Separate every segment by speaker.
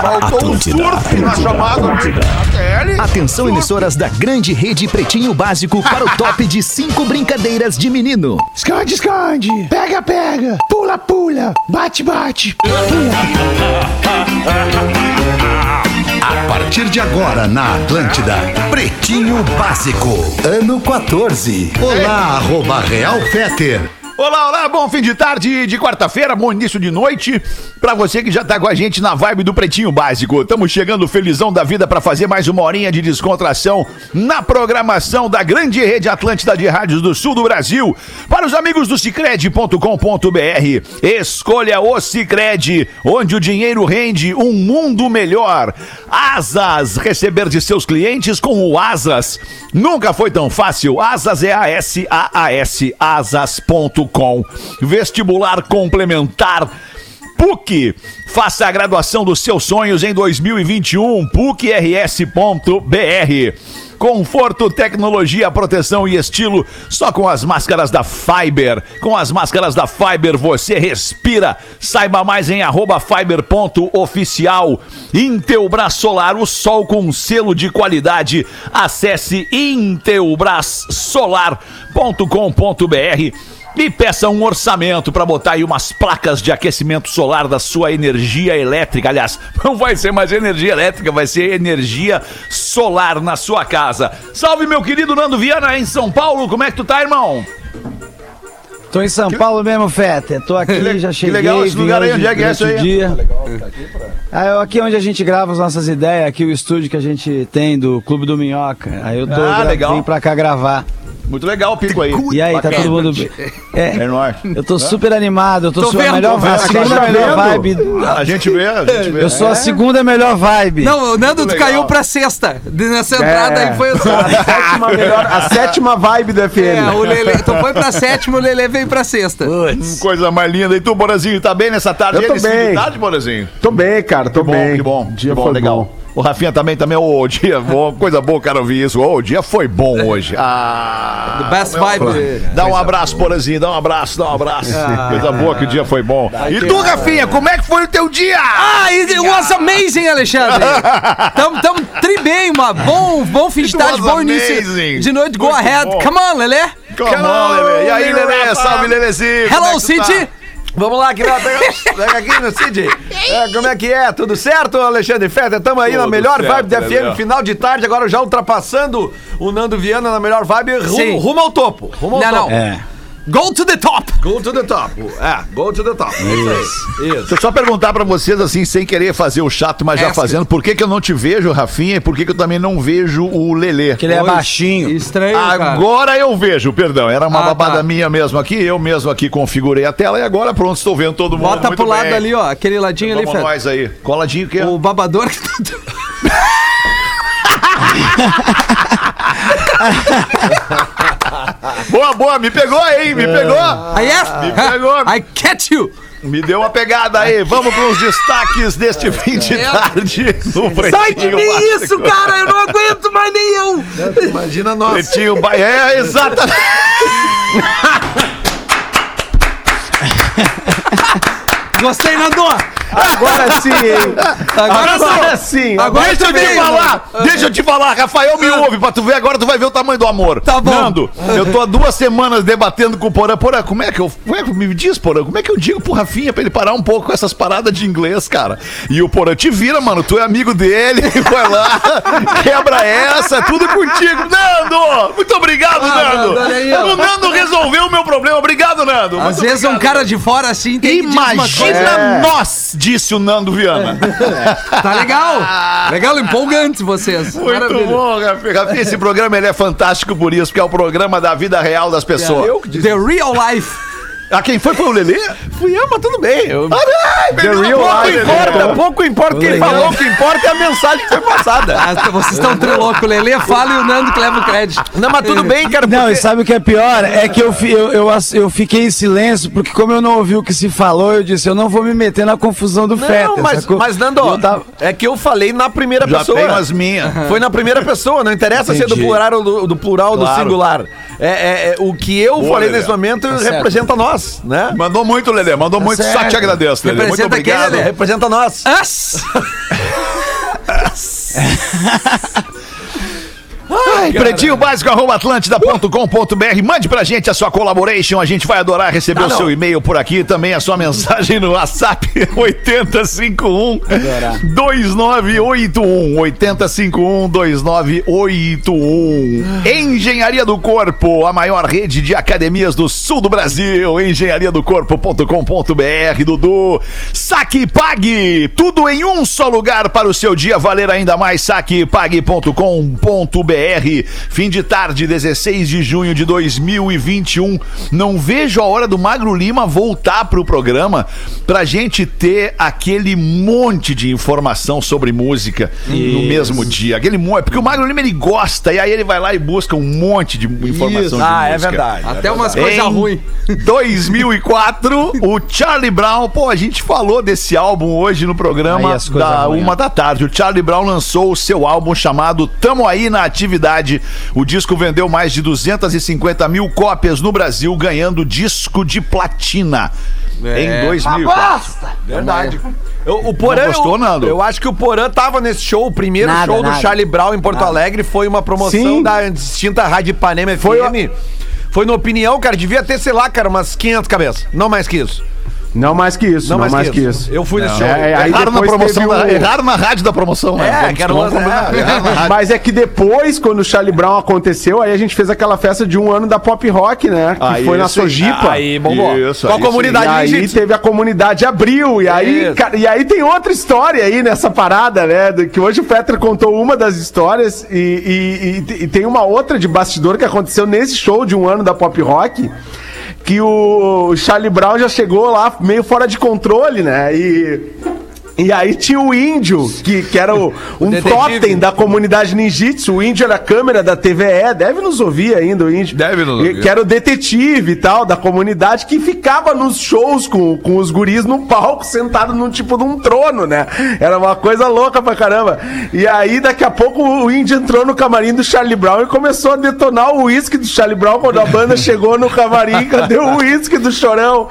Speaker 1: Faltou um surto na chamada ATL.
Speaker 2: Atenção, emissoras da grande rede Pretinho Básico para o top de cinco brincadeiras de menino.
Speaker 3: Esconde, esconde. Pega, pega. Pula, pula. Bate, bate.
Speaker 4: A partir de agora na Atlântida, Pretinho Básico, ano 14. Olá, arroba Real Feter.
Speaker 1: Olá, olá, bom fim de tarde de quarta-feira, bom início de noite pra você que já tá com a gente na vibe do Pretinho Básico. Estamos chegando felizão da vida pra fazer mais uma horinha de descontração na programação da grande rede Atlântida de rádios do sul do Brasil. Para os amigos do Cicred.com.br, escolha o Cicred, onde o dinheiro rende um mundo melhor. Asas, receber de seus clientes com o Asas. Nunca foi tão fácil. Asas é A-S-A-A-S, asas.com. Com. Vestibular complementar. PUC, faça a graduação dos seus sonhos em 2021, pucrs.br. Conforto, tecnologia, proteção e estilo, só com as máscaras da Fiber. Com as máscaras da Fiber você respira. Saiba mais em arroba fiber.oficial. Intelbras Solar, o sol com um selo de qualidade. Acesse intelbrassolar.com.br e peça um orçamento para botar aí umas placas de aquecimento solar da sua energia elétrica. Aliás, não vai ser mais energia elétrica, vai ser energia solar na sua casa. Salve, meu querido Nando Viana, em São Paulo. Como é que tu tá, irmão?
Speaker 5: Tô em São Paulo mesmo, Feta. Tô aqui,
Speaker 1: le-
Speaker 5: já
Speaker 1: que
Speaker 5: cheguei.
Speaker 1: legal esse
Speaker 5: vim
Speaker 1: lugar aí,
Speaker 5: hoje
Speaker 1: onde é que é
Speaker 5: durante
Speaker 1: isso
Speaker 5: o
Speaker 1: aí? tá
Speaker 5: Dia. Ah, eu- aqui é onde a gente grava as nossas ideias, aqui o estúdio que a gente tem do Clube do Minhoca. Aí eu tô
Speaker 1: Ah,
Speaker 5: gra-
Speaker 1: legal.
Speaker 5: vim pra cá gravar.
Speaker 1: Muito legal o pico aí.
Speaker 5: E aí, tá
Speaker 1: Bacana.
Speaker 5: todo mundo bem?
Speaker 1: É
Speaker 5: É,
Speaker 1: nóis.
Speaker 5: eu tô super animado, eu tô,
Speaker 6: Tô
Speaker 5: sua
Speaker 6: vendo,
Speaker 5: melhor
Speaker 6: vendo,
Speaker 5: a segunda
Speaker 1: tá vendo?
Speaker 5: melhor
Speaker 1: É?
Speaker 5: vibe.
Speaker 1: A gente vê, a gente vê.
Speaker 5: Eu sou a segunda melhor vibe.
Speaker 6: Não, o Nando, tu
Speaker 1: legal.
Speaker 6: caiu pra sexta. De- Nessa entrada aí foi
Speaker 7: A
Speaker 6: o.
Speaker 7: sétima, melhor, a sétima vibe do FM.
Speaker 6: É, o Lele. Tu foi pra sétima, o Lele veio pra sexta.
Speaker 1: Hum, Coisa mais linda. E tu, Borazinho, tá bem nessa tarde?
Speaker 7: Eu tô
Speaker 1: Ele sim,
Speaker 7: bem.
Speaker 1: tarde, Borazinho?
Speaker 7: Tô bem, cara, tô
Speaker 1: Que bom,
Speaker 7: bem.
Speaker 1: que bom.
Speaker 7: O dia
Speaker 1: que bom,
Speaker 7: foi
Speaker 1: legal.
Speaker 7: bom.
Speaker 1: O Rafinha também, também, ô, o dia, bom, coisa boa, cara, ouvir isso. Ô, o dia foi bom hoje. Ah,
Speaker 6: The best vibe.
Speaker 1: Dá um abraço, Porazinho, dá um abraço, dá um abraço. Coisa boa que o dia foi bom. E tu, Rafinha, como é que foi o teu dia?
Speaker 6: Ah, it was amazing, Alexandre! Tamo, tamo tri bem, mano. Bom, bom fim de
Speaker 1: It
Speaker 6: tarde,
Speaker 1: was
Speaker 6: bom
Speaker 1: amazing.
Speaker 6: início de noite. Go
Speaker 1: Muito
Speaker 6: ahead.
Speaker 1: bom.
Speaker 6: Come on, Lele.
Speaker 1: Come on, Lelê. E aí, Lelê, salve, Lelezinho. como é
Speaker 6: Hello,
Speaker 1: que tu tá?
Speaker 6: City.
Speaker 7: Vamos lá, que nós pegamos- pega aqui no Cid. É, como é que é? Tudo certo, Alexandre Feta? Estamos aí na
Speaker 1: Tudo
Speaker 7: melhor
Speaker 1: certo,
Speaker 7: vibe da FM,
Speaker 1: Lelé.
Speaker 7: final de tarde, agora já ultrapassando o Nando Viana na melhor vibe,
Speaker 6: Sim.
Speaker 7: rumo, rumo ao topo. Rumo ao
Speaker 6: Não,
Speaker 7: topo.
Speaker 6: não.
Speaker 5: É.
Speaker 6: Go to the top.
Speaker 7: Go to the top. É, go to the top. Isso. aí, Isso.
Speaker 1: Deixa eu só perguntar pra vocês, assim, sem querer fazer o chato, mas já
Speaker 6: Esta.
Speaker 1: fazendo, por que, que eu não te vejo, Rafinha, e por que, que eu também não vejo o Lelê?
Speaker 5: Porque ele é baixinho.
Speaker 6: Estranho,
Speaker 1: Ah,
Speaker 6: cara.
Speaker 1: Agora eu vejo, perdão. Era uma
Speaker 6: Ah,
Speaker 1: babada
Speaker 6: tá.
Speaker 1: minha mesmo aqui. Eu mesmo aqui configurei a tela e agora pronto, estou vendo todo mundo.
Speaker 6: Bota
Speaker 1: Muito
Speaker 6: pro lado
Speaker 1: bem. Então
Speaker 6: ali, ó. Aquele ladinho ali,
Speaker 1: Vamos
Speaker 6: Fred.
Speaker 1: nós aí. Coladinho que é.
Speaker 6: O babador que tá.
Speaker 1: Boa, boa, me pegou aí, me pegou.
Speaker 6: Aí é.
Speaker 1: Ah, Me pegou.
Speaker 6: I catch you.
Speaker 1: Me deu uma pegada aí. Vamos para os destaques deste fim de tarde. no
Speaker 6: É. Sai de
Speaker 1: Pretinho
Speaker 6: mim
Speaker 1: Básico.
Speaker 6: isso, cara! Eu não aguento mais nem eu!
Speaker 7: Imagina nós.
Speaker 1: Pretinho ba... É, exatamente.
Speaker 6: Gostei, Nando!
Speaker 7: Agora
Speaker 5: É
Speaker 7: sim, hein?
Speaker 6: Agora,
Speaker 7: Agora sim.
Speaker 6: Agora
Speaker 1: Deixa eu te
Speaker 6: também, Ah.
Speaker 1: falar, deixa eu te falar, Rafael, me ouve pra tu ver, agora tu vai ver o tamanho do amor.
Speaker 6: Tá bom.
Speaker 1: Nando, eu tô há duas semanas debatendo com o Porã. Porã, como é que eu. Como é que me diz, Porã? Como é que eu digo pro Rafinha pra ele parar um pouco com essas paradas de inglês, cara? E o Porã te vira, mano, tu é amigo dele, vai lá, quebra essa, tudo é contigo. Nando! Muito obrigado,
Speaker 6: Ah,
Speaker 1: Nando!
Speaker 6: Nando, olha aí, ó.
Speaker 1: o Nando resolveu o meu problema, obrigado, Nando! Muito
Speaker 6: Às vezes um cara de fora assim tem que dizer umas
Speaker 1: Imagina
Speaker 6: É.
Speaker 1: nós, disse o Nando Viana.
Speaker 6: coisas. Tá legal! Legal, empolgante vocês.
Speaker 1: Muito bom, Rafinha. Rafinha, Esse programa ele é fantástico por isso, porque é o programa da vida real das pessoas.
Speaker 6: The real life.
Speaker 1: Ah, quem foi foi o Lelê? Ah,
Speaker 7: Fui eu, mas tudo bem. Eu...
Speaker 1: Caralho,
Speaker 7: The
Speaker 1: menino,
Speaker 7: real
Speaker 1: pouco
Speaker 7: life,
Speaker 1: importa,
Speaker 2: Então,
Speaker 7: né?
Speaker 1: pouco importa quem
Speaker 7: Legal.
Speaker 1: falou.
Speaker 7: O que importa é a mensagem que foi passada.
Speaker 6: Ah, t- vocês estão triloucos. O Lelê fala e o Nando que leva o crédito.
Speaker 7: Não, mas tudo bem, cara.
Speaker 5: Não,
Speaker 7: porque-
Speaker 5: e sabe o que é pior? É que eu, fi- eu, eu, ass- eu fiquei em silêncio, porque como eu não ouvi o que se falou, eu disse, eu não vou me meter na confusão do Feta,
Speaker 7: Não, mas,
Speaker 5: sacou?
Speaker 7: mas Nando,
Speaker 5: Eu tava-
Speaker 7: é que eu falei na primeira
Speaker 1: Já
Speaker 7: pessoa.
Speaker 1: tenho as minhas.
Speaker 7: Foi na primeira pessoa, não interessa se é do
Speaker 5: Entendi.
Speaker 7: plural ou do, do plural ou do
Speaker 1: Claro.
Speaker 7: singular. É, é- é o que eu
Speaker 1: Boa,
Speaker 7: falei
Speaker 1: Lelé.
Speaker 7: nesse momento
Speaker 5: certo.
Speaker 7: representa nós, né?
Speaker 1: Mandou muito, Lelê. Mandou muito. Só
Speaker 5: certo.
Speaker 1: te agradeço, Lelê. Muito
Speaker 6: Representa quem,
Speaker 1: obrigado.
Speaker 6: Lelê?
Speaker 7: Representa nós.
Speaker 6: Us!
Speaker 1: Ai, pretinho básico arroba atlântida.com.br. Mande pra gente a sua collaboration. A gente vai adorar receber o seu e-mail por aqui. Também a sua mensagem no WhatsApp 8051 2981. 8051 2981. Engenharia do Corpo, a maior rede de academias do sul do Brasil. Engenharia do Corpo.com.br. Dudu. Saque e pague. Tudo em um só lugar para o seu dia valer ainda mais. Saque e pague.com.br. Fim de tarde, 16 de junho de 2021. Não vejo a hora do Magro Lima voltar pro programa pra gente ter aquele monte de informação sobre música no mesmo dia. Aquele monte, porque o Magro Lima ele gosta e aí ele vai lá e busca um monte de informação de
Speaker 7: Ah, é
Speaker 1: música.
Speaker 7: verdade.
Speaker 6: Até umas coisas
Speaker 1: Em
Speaker 6: ruins.
Speaker 1: 2004, o Charlie Brown, pô, a gente falou desse álbum hoje no
Speaker 5: Aí
Speaker 1: programa
Speaker 5: as coisas
Speaker 1: da
Speaker 5: ruins,
Speaker 1: uma
Speaker 5: ó.
Speaker 1: da tarde. O Charlie Brown lançou o seu álbum chamado Tamo Aí na Atividade. O disco vendeu mais de 250 mil cópias no Brasil, ganhando disco de platina. Em 2004.
Speaker 7: Verdade. Eu- o Porã.
Speaker 1: Não gostou,
Speaker 7: eu,
Speaker 1: Nando?
Speaker 7: eu acho que o Porã tava nesse show, o primeiro
Speaker 5: Nada,
Speaker 7: show do
Speaker 5: nada.
Speaker 7: Charlie Brown em Porto Alegre. Foi uma promoção
Speaker 5: Sim.
Speaker 7: da distinta Rádio Ipanema FM.
Speaker 5: Foi
Speaker 7: Foi, na opinião, cara, devia ter, sei lá, cara, umas 500 cabeças. Não mais que isso.
Speaker 8: Não mais que isso, não, mais que isso.
Speaker 7: Eu fui nesse show.
Speaker 8: É, é, aí
Speaker 1: Erraram na,
Speaker 8: depois
Speaker 1: promoção
Speaker 8: teve um-
Speaker 1: da-
Speaker 8: o-
Speaker 1: erraram Tá na rádio da promoção, né?
Speaker 7: É,
Speaker 1: Vamos-
Speaker 7: que era
Speaker 1: vamos
Speaker 7: uma-
Speaker 1: combinar.
Speaker 7: é.
Speaker 1: Erraram na rádio.
Speaker 8: Mas é que depois, quando o Charlie Brown aconteceu, aí a gente fez aquela festa de um ano da pop rock, né? Que
Speaker 1: Aí
Speaker 8: foi na
Speaker 1: sim.
Speaker 8: Sojipa.
Speaker 7: Aí, bombou.
Speaker 1: Isso,
Speaker 7: Qual
Speaker 1: aí
Speaker 7: comunidade,
Speaker 8: e aí
Speaker 7: gente?
Speaker 8: teve a comunidade abril e aí
Speaker 7: Isso.
Speaker 8: cara, e aí tem outra história aí nessa parada né do- que hoje o Petra contou uma das histórias e, e- e- e tem uma outra de bastidor que aconteceu nesse show de um ano da pop rock que o Charlie Brown já chegou lá meio fora de controle né e e aí tinha o índio, que, que era o, um
Speaker 7: detetive.
Speaker 8: totem da comunidade ninjitsu. O índio era a câmera da TVE, deve nos ouvir ainda o índio.
Speaker 1: Deve nos
Speaker 8: E-
Speaker 1: ouvir.
Speaker 8: Que era o detetive e tal, da comunidade, que ficava nos shows com, com os guris no palco, sentado num tipo de um trono, né? Era uma coisa louca pra caramba. E aí, daqui a pouco, o índio entrou no camarim do Charlie Brown e começou a detonar o uísque do Charlie Brown quando a banda chegou no camarim. Cadê o uísque do chorão?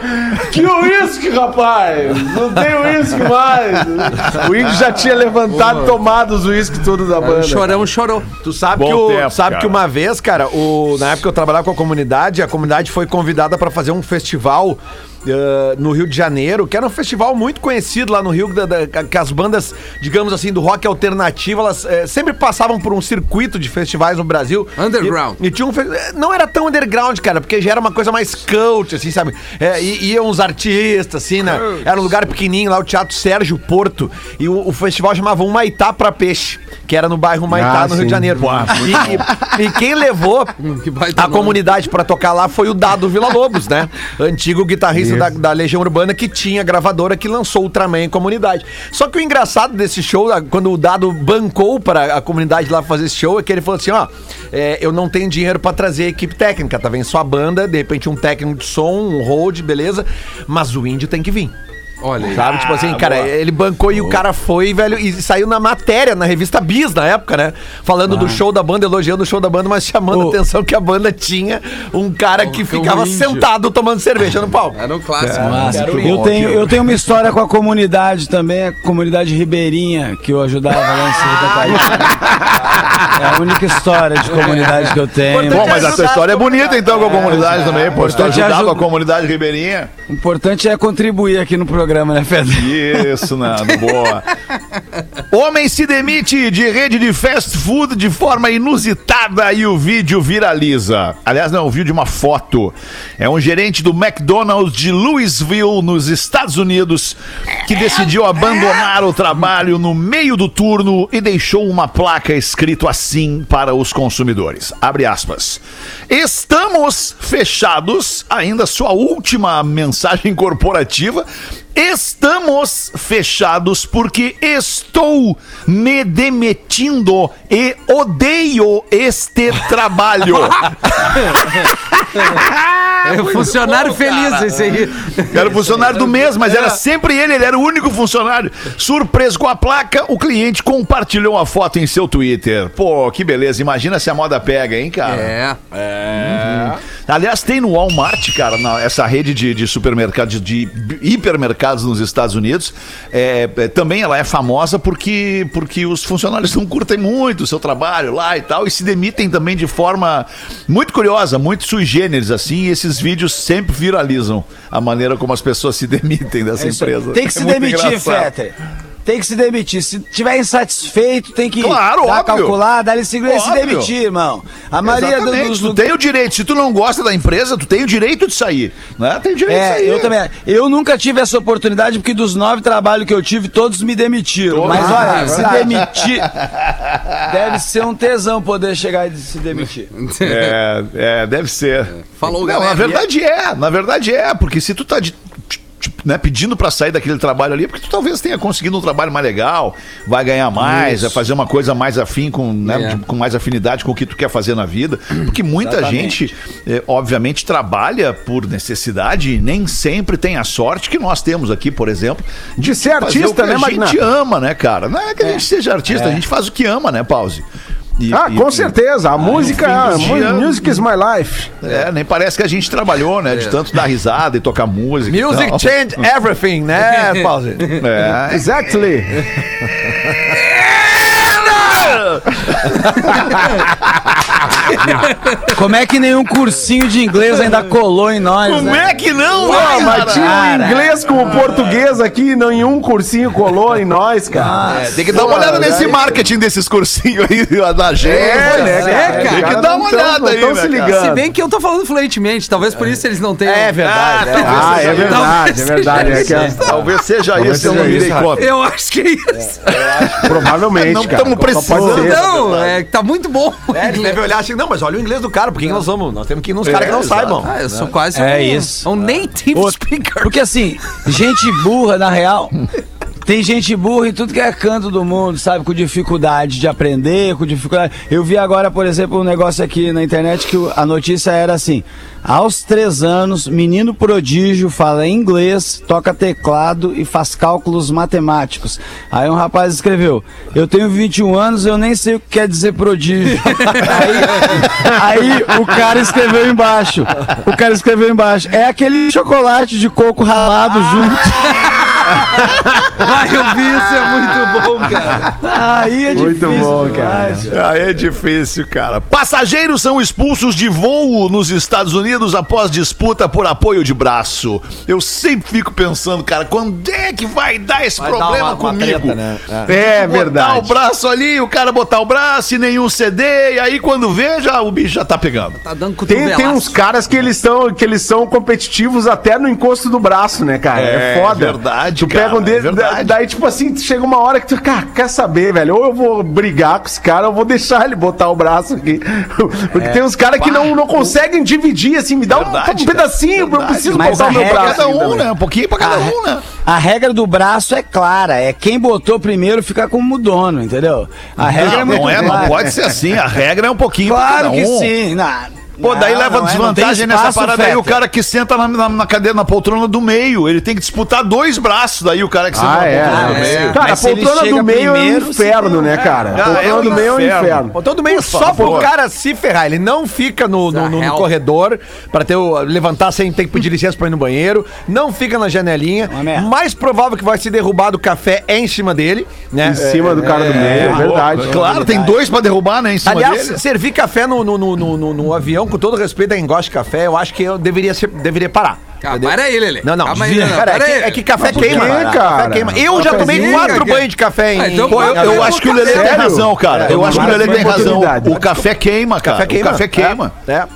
Speaker 8: Que uísque, rapaz! Não tem uísque mais! O índio já tinha levantado, tomado os uísques tudo da banda.
Speaker 6: O chorão chorou.
Speaker 7: Tu sabe,
Speaker 1: Bom
Speaker 7: que, o-
Speaker 1: tempo,
Speaker 7: sabe
Speaker 1: cara.
Speaker 7: que uma vez, cara, o, na época que eu trabalhava com a comunidade, a comunidade foi convidada pra fazer um festival eh, no Rio de Janeiro, que era um festival muito conhecido lá no Rio, da, da- que as bandas, digamos assim, do rock alternativo, elas eh, sempre passavam por um circuito de festivais no Brasil.
Speaker 6: Underground.
Speaker 7: E, e tinha um fe- eh, Não era tão underground, cara, porque já era uma coisa mais cult, assim, sabe? É, e, iam uns artistas, assim, né? Era um lugar pequenininho lá, o Teatro Sérgio Porto. E o, o festival chamava Humaitá pra Peixe, que era no bairro Humaitá,
Speaker 8: Ah,
Speaker 7: no Rio de
Speaker 8: sim.
Speaker 7: Janeiro. E, e quem levou
Speaker 6: que baita
Speaker 7: a
Speaker 6: nome.
Speaker 7: comunidade pra tocar lá foi o Dado Vila Lobos, né? Antigo guitarrista da, da Legião Urbana que tinha gravadora que lançou Ultraman em comunidade. Só que o engraçado desse show, a- quando o Dado bancou para a comunidade lá fazer esse show, é que ele falou assim: ó, é, eu não tenho dinheiro pra trazer a equipe técnica, tá vendo? Só a banda, de repente um técnico de som, um hold, beleza, mas o índio tem que vir.
Speaker 6: Olha aí.
Speaker 7: Sabe? tipo assim, cara, ele bancou e o cara foi, velho, e saiu na matéria, na revista Bis na época, né? Falando do show da banda, elogiando o show da banda, mas chamando a atenção que a banda tinha um cara que
Speaker 6: que é um
Speaker 7: ficava
Speaker 6: índio.
Speaker 7: sentado tomando cerveja no palco.
Speaker 6: Era um clássico.
Speaker 5: Eu tenho, eu tenho uma história com a comunidade também, a comunidade ribeirinha, que eu ajudava lá em Santa Catarina. É a única história de comunidade que eu tenho.
Speaker 1: Bom, mas a sua
Speaker 7: ajudar
Speaker 1: história é
Speaker 7: a
Speaker 1: bonita então com a comunidade também, pô. Tu
Speaker 5: Importante
Speaker 1: ajudava
Speaker 5: ajuda-
Speaker 1: a comunidade ribeirinha.
Speaker 5: O importante é contribuir aqui no programa, né, Fede?
Speaker 1: Isso, Nando, boa. Homem se demite de rede de fast food de forma inusitada e o vídeo viraliza. Aliás, não, o vídeo de uma foto. É um gerente do McDonald's de Louisville, nos Estados Unidos, que decidiu abandonar o trabalho no meio do turno e deixou uma placa escrito assim para os consumidores. Abre aspas. Estamos fechados, ainda sua última mensagem corporativa. Estamos fechados porque estou me demitindo e odeio este trabalho.
Speaker 6: É um funcionário feliz esse aí.
Speaker 1: Era o funcionário do mês, mas era sempre ele, ele era o único funcionário. Surpreso com a placa, o cliente compartilhou a foto em seu Twitter. Pô, que beleza, imagina se a moda pega, hein, cara?
Speaker 6: É.
Speaker 1: Uhum. Aliás, tem no Walmart, cara, na- essa rede de, de supermercados, de hipermercados nos Estados Unidos. é, é, também ela é famosa porque, porque os funcionários não curtem muito o seu trabalho lá e tal, e se demitem também de forma muito curiosa, muito sui generis, assim. E esses vídeos sempre viralizam a maneira como as pessoas se demitem dessa
Speaker 5: É isso aí.
Speaker 1: empresa.
Speaker 5: Tem que se
Speaker 1: É muito
Speaker 5: demitir,
Speaker 1: engraçado.
Speaker 5: Fetter. Tem que se demitir. Se tiver insatisfeito, tem que
Speaker 1: Claro,
Speaker 5: dar
Speaker 1: óbvio.
Speaker 5: calculada, ele segura e se
Speaker 1: Óbvio.
Speaker 5: demitir, irmão. A maioria do-
Speaker 1: Exatamente,
Speaker 5: dos
Speaker 1: tu tem o direito. Se tu não gosta da empresa, tu tem o direito de sair. Né? Tem o direito de
Speaker 5: É,
Speaker 1: sair.
Speaker 5: eu também. Eu nunca tive essa oportunidade, porque dos nove trabalhos que eu tive, todos me demitiram. Mas
Speaker 1: Ah,
Speaker 5: olha,
Speaker 1: é
Speaker 5: se demitir. Deve ser um tesão poder chegar e se demitir.
Speaker 1: É, é, deve ser.
Speaker 6: Falou,
Speaker 1: Não,
Speaker 6: galera.
Speaker 1: na verdade é, na verdade é, porque se tu tá de- tipo, né, pedindo pra sair daquele trabalho ali, é porque tu talvez tenha conseguido um trabalho mais legal, vai ganhar mais, vai fazer uma coisa mais afim com, né,
Speaker 6: É.
Speaker 1: de- com mais afinidade com o que tu quer fazer na vida, porque muita
Speaker 5: Exatamente.
Speaker 1: gente, é, obviamente, trabalha por necessidade e nem sempre tem a sorte que nós temos aqui, por exemplo,
Speaker 8: De ser
Speaker 1: fazer
Speaker 8: artista,
Speaker 1: o que
Speaker 8: né,
Speaker 1: a
Speaker 8: Magna?
Speaker 1: gente ama, né, cara? Não é que a gente seja artista, a gente faz o que ama, né, Pause? E-
Speaker 8: Ah,
Speaker 1: e-
Speaker 8: com
Speaker 1: e-
Speaker 8: certeza. A música,
Speaker 1: fim dos
Speaker 8: mu-
Speaker 1: dias-
Speaker 8: music is my life.
Speaker 1: É, nem parece que a gente trabalhou, né? De tanto dar risada e tocar música. e
Speaker 7: Music
Speaker 1: tal.
Speaker 7: change everything, né, Pause?
Speaker 1: É.
Speaker 8: Exactly.
Speaker 5: Como é que nenhum cursinho de inglês ainda colou em nós?
Speaker 1: Como
Speaker 5: né?
Speaker 1: é que não,
Speaker 8: Ah,
Speaker 1: né,
Speaker 8: mas
Speaker 1: cara? Ah.
Speaker 8: tinha o inglês com o português aqui, nenhum cursinho colou em nós, cara.
Speaker 1: Tem que dar uma olhada nesse marketing desses cursinhos aí ó, da gente.
Speaker 8: É, né,
Speaker 1: tá Tem que
Speaker 6: cara.
Speaker 8: cara? Os caras
Speaker 1: dar
Speaker 8: não
Speaker 1: uma
Speaker 8: tão-
Speaker 1: olhada
Speaker 8: não
Speaker 1: aí,
Speaker 8: tão
Speaker 1: né,
Speaker 8: se
Speaker 1: cara?
Speaker 8: ligando.
Speaker 6: Se bem que eu tô falando fluentemente, talvez por isso eles não tenham.
Speaker 7: É verdade. é.
Speaker 8: Ah, é verdade, é verdade. É que é-
Speaker 1: Talvez seja
Speaker 8: Talvez
Speaker 1: isso, eu
Speaker 8: seja
Speaker 1: não me dei
Speaker 8: isso,
Speaker 1: conta.
Speaker 6: Eu acho que é isso.
Speaker 8: provavelmente,
Speaker 1: Não
Speaker 8: cara.
Speaker 1: tamo
Speaker 8: Só pode ser.
Speaker 1: precisando.
Speaker 6: Não, é, tá muito bom.
Speaker 7: É, ele deve olhar assim, não, mas olha o inglês do cara, porque nós vamos, nós temos que ir nos caras que não
Speaker 1: exato.
Speaker 7: saibam.
Speaker 6: Ah, eu sou quase
Speaker 5: É
Speaker 6: um,
Speaker 5: isso.
Speaker 6: um native
Speaker 5: Outro-
Speaker 6: speaker.
Speaker 5: Porque assim, gente burra, na real. Tem gente burra em tudo que é canto do mundo, sabe? Com dificuldade de aprender, com dificuldade. Eu vi agora, por exemplo, um negócio aqui na internet que o- a notícia era assim: aos três anos, menino prodígio fala inglês, toca teclado e faz cálculos matemáticos. Aí um rapaz escreveu: Eu tenho 21 anos, eu nem sei o que quer dizer prodígio. aí, aí o cara escreveu embaixo. O cara escreveu embaixo. É aquele chocolate de coco ralado junto.
Speaker 6: Ai, eu vi isso, é muito bom, cara.
Speaker 5: Aí é
Speaker 8: Muito
Speaker 5: difícil
Speaker 8: bom,
Speaker 5: demais.
Speaker 1: Ah, é difícil, cara. Passageiros são expulsos de voo nos Estados Unidos após disputa por apoio de braço. Eu sempre fico pensando, cara, quando é que vai dar esse
Speaker 7: dar
Speaker 1: problema
Speaker 7: uma- uma
Speaker 1: comigo?
Speaker 7: treta, né?
Speaker 1: Botar
Speaker 8: É
Speaker 1: o
Speaker 8: verdade.
Speaker 1: braço ali, o cara botar o braço e nenhum CD, e aí quando vê, já, o bicho já tá pegando.
Speaker 6: Tá dando
Speaker 8: Tem, tem uns
Speaker 6: cotovelaço.
Speaker 8: caras que eles são que eles são competitivos até no encosto do braço, né, cara? É,
Speaker 1: É
Speaker 8: foda.
Speaker 1: verdade,
Speaker 8: tu pega
Speaker 1: cara,
Speaker 8: um dedo,
Speaker 1: é verdade.
Speaker 8: da- daí tipo assim, tu chega uma hora que tu, cara, quer saber, velho? Ou eu vou brigar com esse cara, ou eu vou deixar ele botar o braço aqui. Porque tem uns caras que não, não conseguem dividir assim, me dá um-
Speaker 1: Verdade,
Speaker 8: um,
Speaker 1: cara,
Speaker 8: pedacinho, eu
Speaker 1: verdade.
Speaker 8: preciso
Speaker 5: Mas
Speaker 8: botar
Speaker 5: a
Speaker 8: o meu
Speaker 5: regra-
Speaker 8: braço.
Speaker 1: Cada
Speaker 8: aqui
Speaker 1: um,
Speaker 8: também.
Speaker 1: né? Um pouquinho pra
Speaker 7: Ah,
Speaker 1: cada um, né?
Speaker 5: A regra do braço é clara, é quem botou primeiro fica como dono, entendeu? A regra é
Speaker 1: Não,
Speaker 5: muito
Speaker 1: não é,
Speaker 5: clara.
Speaker 1: não pode ser assim. A regra é um pouquinho pra
Speaker 5: Claro
Speaker 1: cada
Speaker 5: que
Speaker 1: um.
Speaker 5: sim. na-
Speaker 1: Pô, daí
Speaker 5: não,
Speaker 1: leva
Speaker 5: não é, não tem
Speaker 1: desvantagem nessa
Speaker 5: espaço,
Speaker 1: parada aí. O
Speaker 5: Fetter.
Speaker 1: cara que senta na, na, na cadeira, na poltrona do meio, ele tem que disputar dois braços. Daí o cara que senta
Speaker 8: Ah,
Speaker 1: na
Speaker 8: é.
Speaker 1: poltrona do
Speaker 6: é.
Speaker 1: meio.
Speaker 8: Cara, a
Speaker 5: Mas se ele
Speaker 8: poltrona
Speaker 5: chega
Speaker 8: do meio é
Speaker 5: primeiro,
Speaker 8: um inferno, né, cara? A
Speaker 1: Ah,
Speaker 8: poltrona
Speaker 1: é um
Speaker 8: do meio é um
Speaker 1: inferno.
Speaker 8: inferno.
Speaker 7: Todo meio só pro
Speaker 1: favor.
Speaker 7: cara se ferrar. Ele não fica no, no- no- no
Speaker 6: Help.
Speaker 7: corredor pra ter o, levantar sem ter que pedir licença pra ir no banheiro. Não fica na janelinha.
Speaker 5: Uma merda.
Speaker 7: Mais provável que vai se derrubar do café é em cima dele, né?
Speaker 8: Em cima do cara do meio, é verdade.
Speaker 1: Claro, tem dois pra derrubar, né? Em cima
Speaker 7: Aliás,
Speaker 1: dele.
Speaker 7: servir café no, no- no- no- no- no avião, com todo respeito a quem gosta de café, eu acho que eu deveria, ser- deveria parar.
Speaker 6: Ah,
Speaker 7: Entendeu?
Speaker 6: para aí, Lele.
Speaker 7: Não, não.
Speaker 6: Calma aí, não, não,
Speaker 7: Cara, é,
Speaker 6: para
Speaker 7: que,
Speaker 6: aí.
Speaker 7: é que café
Speaker 8: Mas por
Speaker 7: queima,
Speaker 8: quê,
Speaker 7: cara. Café
Speaker 8: cara?
Speaker 7: queima. Eu já tomei
Speaker 8: Cafezinho,
Speaker 7: quatro
Speaker 6: cara.
Speaker 7: banhos de café em.
Speaker 6: Ah, então
Speaker 7: Pô, eu,
Speaker 6: para,
Speaker 7: eu
Speaker 1: Eu
Speaker 6: Não,
Speaker 1: acho que o
Speaker 8: cara,
Speaker 1: Lelê tem
Speaker 8: sério?
Speaker 1: razão, cara.
Speaker 8: É,
Speaker 1: Eu acho que o Lelê
Speaker 8: mas
Speaker 1: tem
Speaker 8: uma
Speaker 1: razão.
Speaker 8: oportunidade.
Speaker 1: O café queima, cara. O café queima.
Speaker 7: É, é.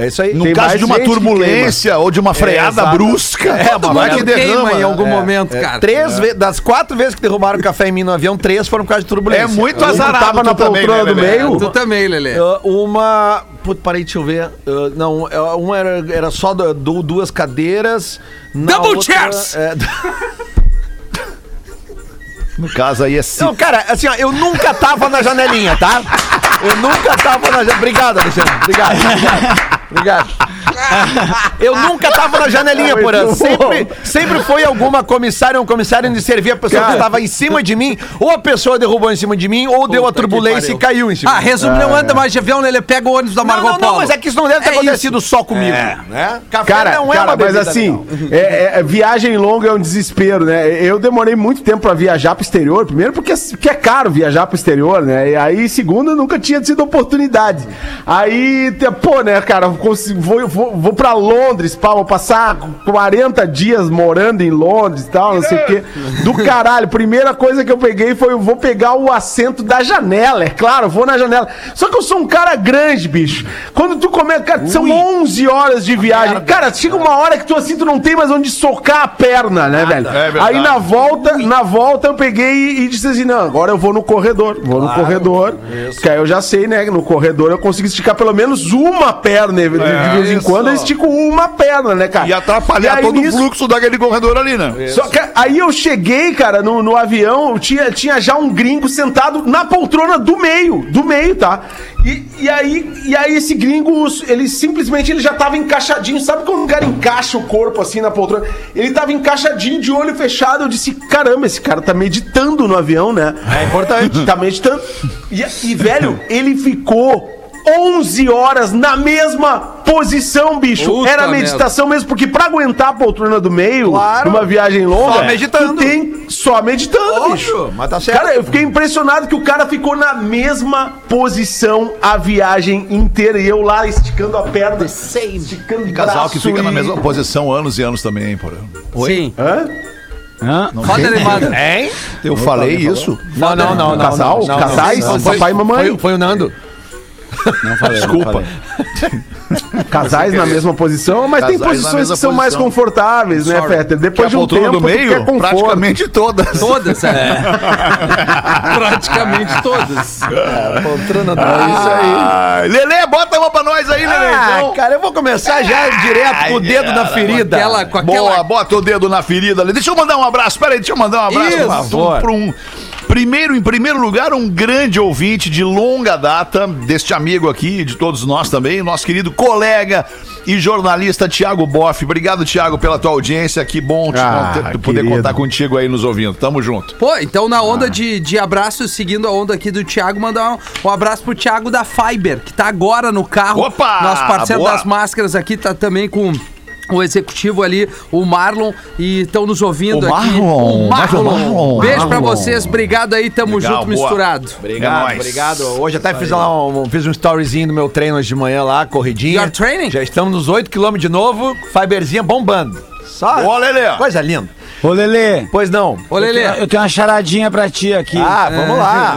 Speaker 7: É isso aí.
Speaker 1: No
Speaker 8: Tem
Speaker 1: caso
Speaker 8: mais
Speaker 1: de uma
Speaker 8: gente que
Speaker 1: turbulência ou de uma freada
Speaker 7: exato.
Speaker 1: brusca,
Speaker 7: É,
Speaker 1: vai
Speaker 7: mas
Speaker 1: que
Speaker 6: Queima
Speaker 1: derrama.
Speaker 6: em
Speaker 1: né?
Speaker 6: algum momento,
Speaker 7: É,
Speaker 6: cara.
Speaker 7: Três ve- das quatro vezes que derrubaram café em mim no avião, três foram por causa de turbulência.
Speaker 1: É muito
Speaker 7: Eu-
Speaker 1: azarado.
Speaker 8: tava na
Speaker 1: tu também,
Speaker 8: poltrona
Speaker 1: né,
Speaker 8: do
Speaker 1: Lelê?
Speaker 8: meio.
Speaker 6: Tu também, Lele.
Speaker 7: Uh, uma. Putz, parei, deixa eu ver. Uh, não, é, uma era, era só do, do- duas cadeiras. na
Speaker 6: Double chairs!
Speaker 7: é,
Speaker 1: No caso aí é sim.
Speaker 7: não, cara, assim, ó, eu nunca tava na janelinha, tá? Eu nunca tava na janelinha. Obrigado, Alexandre. Obrigado. Obrigado. obrigado. Eu nunca tava na janelinha, Porã. Sempre, sempre foi alguma comissária, um comissário onde servia a pessoa que estava em cima de mim, ou a pessoa derrubou em cima de mim, ou deu a turbulência e caiu em cima.
Speaker 6: Ah,
Speaker 7: de mim.
Speaker 6: resumo, não anda mais de avião, ele pega o ônibus da Margot
Speaker 7: não, não, não,
Speaker 6: Polo.
Speaker 7: mas é que isso não deve ter
Speaker 6: É
Speaker 7: acontecido só comigo. Né? Café
Speaker 8: Cara, cara mas
Speaker 7: bebida legal.
Speaker 8: assim, é- é- é- viagem longa é um desespero, né? Eu demorei muito tempo pra viajar pro exterior, primeiro porque, porque é caro viajar pro exterior, né? E aí, segundo, eu nunca tinha tido oportunidade. Aí, te- pô, né, cara, eu consi- vou, vou, vou pra Londres, pá, vou passar 40 dias morando em Londres e tal, não sei o quê. Do caralho, primeira coisa que eu peguei foi eu vou pegar o assento da janela, é claro, eu vou na janela. Só que eu sou um cara grande, bicho. Quando tu começa, cara, são 11 horas de viagem. Cara, chega uma hora que tu assim, tu não tem mais onde socar a perna, né, velho?
Speaker 1: É verdade.
Speaker 8: Aí na volta, na volta eu peguei e, e disse assim: "Não, agora eu vou no corredor, vou no corredor". Que aí eu já sei, né, que no corredor eu consigo esticar pelo menos uma perna, de de vez em quando eu estico uma perna, né, cara?
Speaker 1: É, E é atrapalhar
Speaker 8: aí
Speaker 1: todo o
Speaker 8: nisso-
Speaker 1: fluxo daquele corredor ali, né?
Speaker 8: só que aí eu cheguei, cara, no, no avião, tinha, tinha já um gringo sentado na poltrona do meio, do meio, tá? E, e, aí, e aí esse gringo, ele simplesmente ele já tava encaixadinho, sabe quando um cara encaixa o corpo assim na poltrona? Ele tava encaixadinho, de olho fechado, eu disse, caramba, esse cara tá meditando no avião, né? É importante. tá meditando. E, e velho, ele ficou 11 horas na mesma posição, bicho.
Speaker 6: Puta
Speaker 8: Era
Speaker 6: merda.
Speaker 8: meditação mesmo, porque pra aguentar a poltrona do meio, numa viagem longa,
Speaker 7: Só meditando.
Speaker 8: tu tem só meditando, bicho.
Speaker 7: mas tá certo.
Speaker 8: Cara, eu fiquei impressionado que o cara ficou na mesma posição a viagem inteira e eu lá esticando a perna, esticando o
Speaker 1: Casal que
Speaker 8: braço
Speaker 1: fica na
Speaker 8: e-
Speaker 1: mesma posição anos e anos também, por
Speaker 6: Sim.
Speaker 8: Hã?
Speaker 5: Hã?
Speaker 6: Roda animada.
Speaker 7: Hein?
Speaker 1: Eu falei isso?
Speaker 7: É, Não, não, não. não
Speaker 8: Casal?
Speaker 7: não, não,
Speaker 8: Casais?
Speaker 7: não, não. Foi-
Speaker 8: Papai e mamãe?
Speaker 7: Foi, foi o Nando.
Speaker 5: Não falei.
Speaker 1: Desculpa.
Speaker 8: Casais na mesma posição, mas
Speaker 1: Casais
Speaker 8: tem
Speaker 1: na
Speaker 8: posições
Speaker 1: mesma
Speaker 8: que são mais
Speaker 1: posição.
Speaker 8: confortáveis, né,
Speaker 1: Sorry.
Speaker 8: Peter?
Speaker 1: Que a
Speaker 2: é
Speaker 8: Depois de um
Speaker 1: poltrona
Speaker 8: tempo,
Speaker 1: do
Speaker 8: tu quer
Speaker 1: meio,
Speaker 8: conforto. é
Speaker 1: praticamente todas.
Speaker 6: Todas, é.
Speaker 7: É.
Speaker 6: Praticamente todas.
Speaker 8: É
Speaker 1: Ah, Lelê, bota uma pra nós aí, Lelê.
Speaker 5: Ah,
Speaker 1: então.
Speaker 7: Ah, cara, eu vou Ah, é, começar já direto com o dedo na ferida.
Speaker 6: aquela- com
Speaker 1: Boa, bota o dedo na ferida. ali. Deixa eu mandar um abraço. Peraí, deixa eu mandar um abraço
Speaker 7: Isso.
Speaker 1: pra-
Speaker 7: Por favor.
Speaker 1: pra um. Primeiro, em primeiro lugar, um grande ouvinte de longa data, deste amigo aqui, de todos nós também, nosso querido colega e jornalista Tiago Boff. Obrigado, Tiago, pela tua audiência. Que bom te
Speaker 8: Ah,
Speaker 1: conter- poder
Speaker 8: querido.
Speaker 1: contar contigo aí nos ouvindo. Tamo junto.
Speaker 6: Pô, então na onda de, de abraços, seguindo a onda aqui do Thiago, mandar um, um abraço pro Thiago da Fiber, que tá agora no carro.
Speaker 1: Opa!
Speaker 6: Nosso parceiro
Speaker 1: Boa!
Speaker 6: das máscaras aqui tá também com o executivo ali, o Marlon, e estão nos ouvindo
Speaker 1: O
Speaker 6: aqui.
Speaker 1: Marlon,
Speaker 7: né,
Speaker 6: o
Speaker 1: mas o
Speaker 6: Marlon.
Speaker 1: Marlon,
Speaker 6: Beijo pra
Speaker 1: Marlon.
Speaker 6: vocês, obrigado aí, tamo
Speaker 1: Legal,
Speaker 6: junto
Speaker 1: boa.
Speaker 6: misturado.
Speaker 1: É
Speaker 7: Obrigado,
Speaker 1: nóis.
Speaker 7: obrigado. Hoje até fiz, lá um, fiz um storyzinho do meu treino hoje de manhã lá, corridinha.
Speaker 6: Your training?
Speaker 7: Já estamos nos 8km de novo, fiberzinha bombando. Só
Speaker 1: Boa, Lelê.
Speaker 7: coisa linda.
Speaker 5: Ô, Lelê.
Speaker 7: Pois não.
Speaker 6: Ô, Lelê,
Speaker 5: Eu tenho uma charadinha pra ti aqui.
Speaker 7: Ah, vamos lá.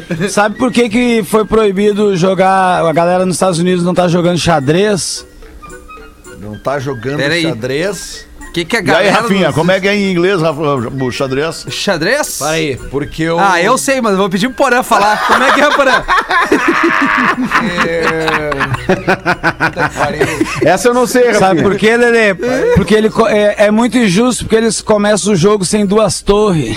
Speaker 5: Sabe por que, que foi proibido jogar. A galera nos Estados Unidos não tá jogando xadrez?
Speaker 7: Não tá jogando
Speaker 6: Peraí.
Speaker 7: xadrez.
Speaker 6: o que, que a
Speaker 1: E aí,
Speaker 6: galera.
Speaker 1: Rafinha,
Speaker 6: nos-
Speaker 1: como é que é em inglês, Rafa, o xadrez?
Speaker 6: Xadrez?
Speaker 7: Peraí, porque eu.
Speaker 6: Ah, eu sei, mas eu vou pedir pro Porã falar. Como é que é, Porã?
Speaker 8: Essa eu não sei,
Speaker 5: Sabe
Speaker 8: Rafinha.
Speaker 5: por quê, Lelê? Porque ele co- é, é muito injusto porque eles começam o jogo sem duas torres.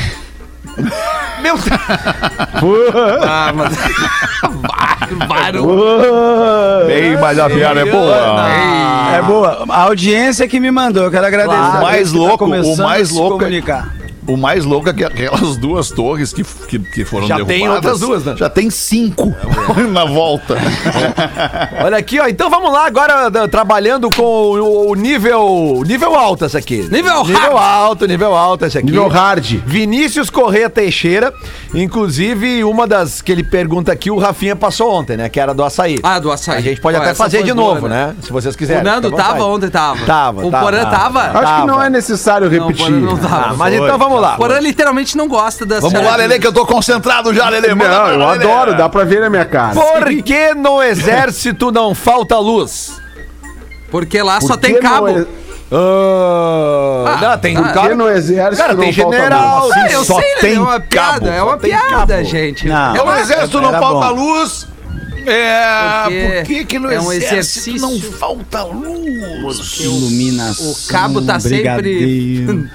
Speaker 1: Bem, mas a piada é boa.
Speaker 5: É boa. A audiência que me mandou, eu quero agradecer.
Speaker 1: Claro.
Speaker 5: A
Speaker 1: O mais
Speaker 5: gente que
Speaker 1: louco, o
Speaker 5: começando a
Speaker 1: mais
Speaker 5: se
Speaker 1: louco é-
Speaker 5: comunicar.
Speaker 1: O mais louco é que aquelas duas torres que, que, que foram
Speaker 7: Já
Speaker 1: derrubadas.
Speaker 7: tem outras duas, né? É.
Speaker 1: Já tem cinco na volta.
Speaker 7: Olha aqui, ó. Então vamos lá agora da- trabalhando com o, o nível nível alto essa aqui.
Speaker 6: Nível
Speaker 7: nível alto, nível alto essa aqui.
Speaker 8: Nível hard.
Speaker 7: Vinícius Correia Teixeira, inclusive uma das que ele pergunta aqui, o Rafinha passou ontem, né? Que era do açaí.
Speaker 6: Ah, do açaí.
Speaker 7: A gente pode
Speaker 6: Pô,
Speaker 7: até
Speaker 6: essa
Speaker 7: fazer
Speaker 6: foi
Speaker 7: de
Speaker 6: boa,
Speaker 7: novo,
Speaker 6: né?
Speaker 7: né? Se vocês
Speaker 6: O
Speaker 7: quiserem.
Speaker 6: Nando
Speaker 7: fica à
Speaker 6: tava
Speaker 7: vontade.
Speaker 6: ontem, tava.
Speaker 7: Tava,
Speaker 6: O
Speaker 7: tava,
Speaker 6: Porã
Speaker 7: tava.
Speaker 6: tava?
Speaker 8: Acho que não
Speaker 7: Tava.
Speaker 8: é necessário
Speaker 6: Não,
Speaker 8: repetir.
Speaker 6: Porã não tava.
Speaker 7: Ah, mas então vamos lá.
Speaker 6: Porã literalmente não gosta das
Speaker 1: Vamos lá, Lelê, que eu tô concentrado já, Lelê. Manda
Speaker 8: Não,
Speaker 1: pra
Speaker 8: eu
Speaker 1: Lelê.
Speaker 8: adoro, dá pra ver na minha cara.
Speaker 6: assim.
Speaker 7: Por que no exército não falta luz?
Speaker 6: Porque lá só
Speaker 8: Por que
Speaker 6: tem cabo.
Speaker 8: não é-
Speaker 7: Ah, não, tem um
Speaker 6: ah,
Speaker 8: Por que no exército
Speaker 7: Cara, tem
Speaker 8: não falta
Speaker 7: general,
Speaker 8: luz?
Speaker 6: Ah, eu
Speaker 1: só
Speaker 6: sei, Lelê,
Speaker 1: tem
Speaker 6: é uma piada,
Speaker 1: cabo,
Speaker 6: é
Speaker 1: só
Speaker 6: uma
Speaker 1: tem
Speaker 6: piada,
Speaker 1: cabo.
Speaker 6: gente.
Speaker 5: Não.
Speaker 1: É um exército, não
Speaker 5: Era
Speaker 1: falta
Speaker 5: bom.
Speaker 1: luz. É,
Speaker 6: Porque
Speaker 1: por que que no
Speaker 6: é um
Speaker 1: exército
Speaker 6: exercício.
Speaker 1: não falta luz?
Speaker 5: Iluminação.
Speaker 6: o cabo tá sempre-
Speaker 5: brigadeiro.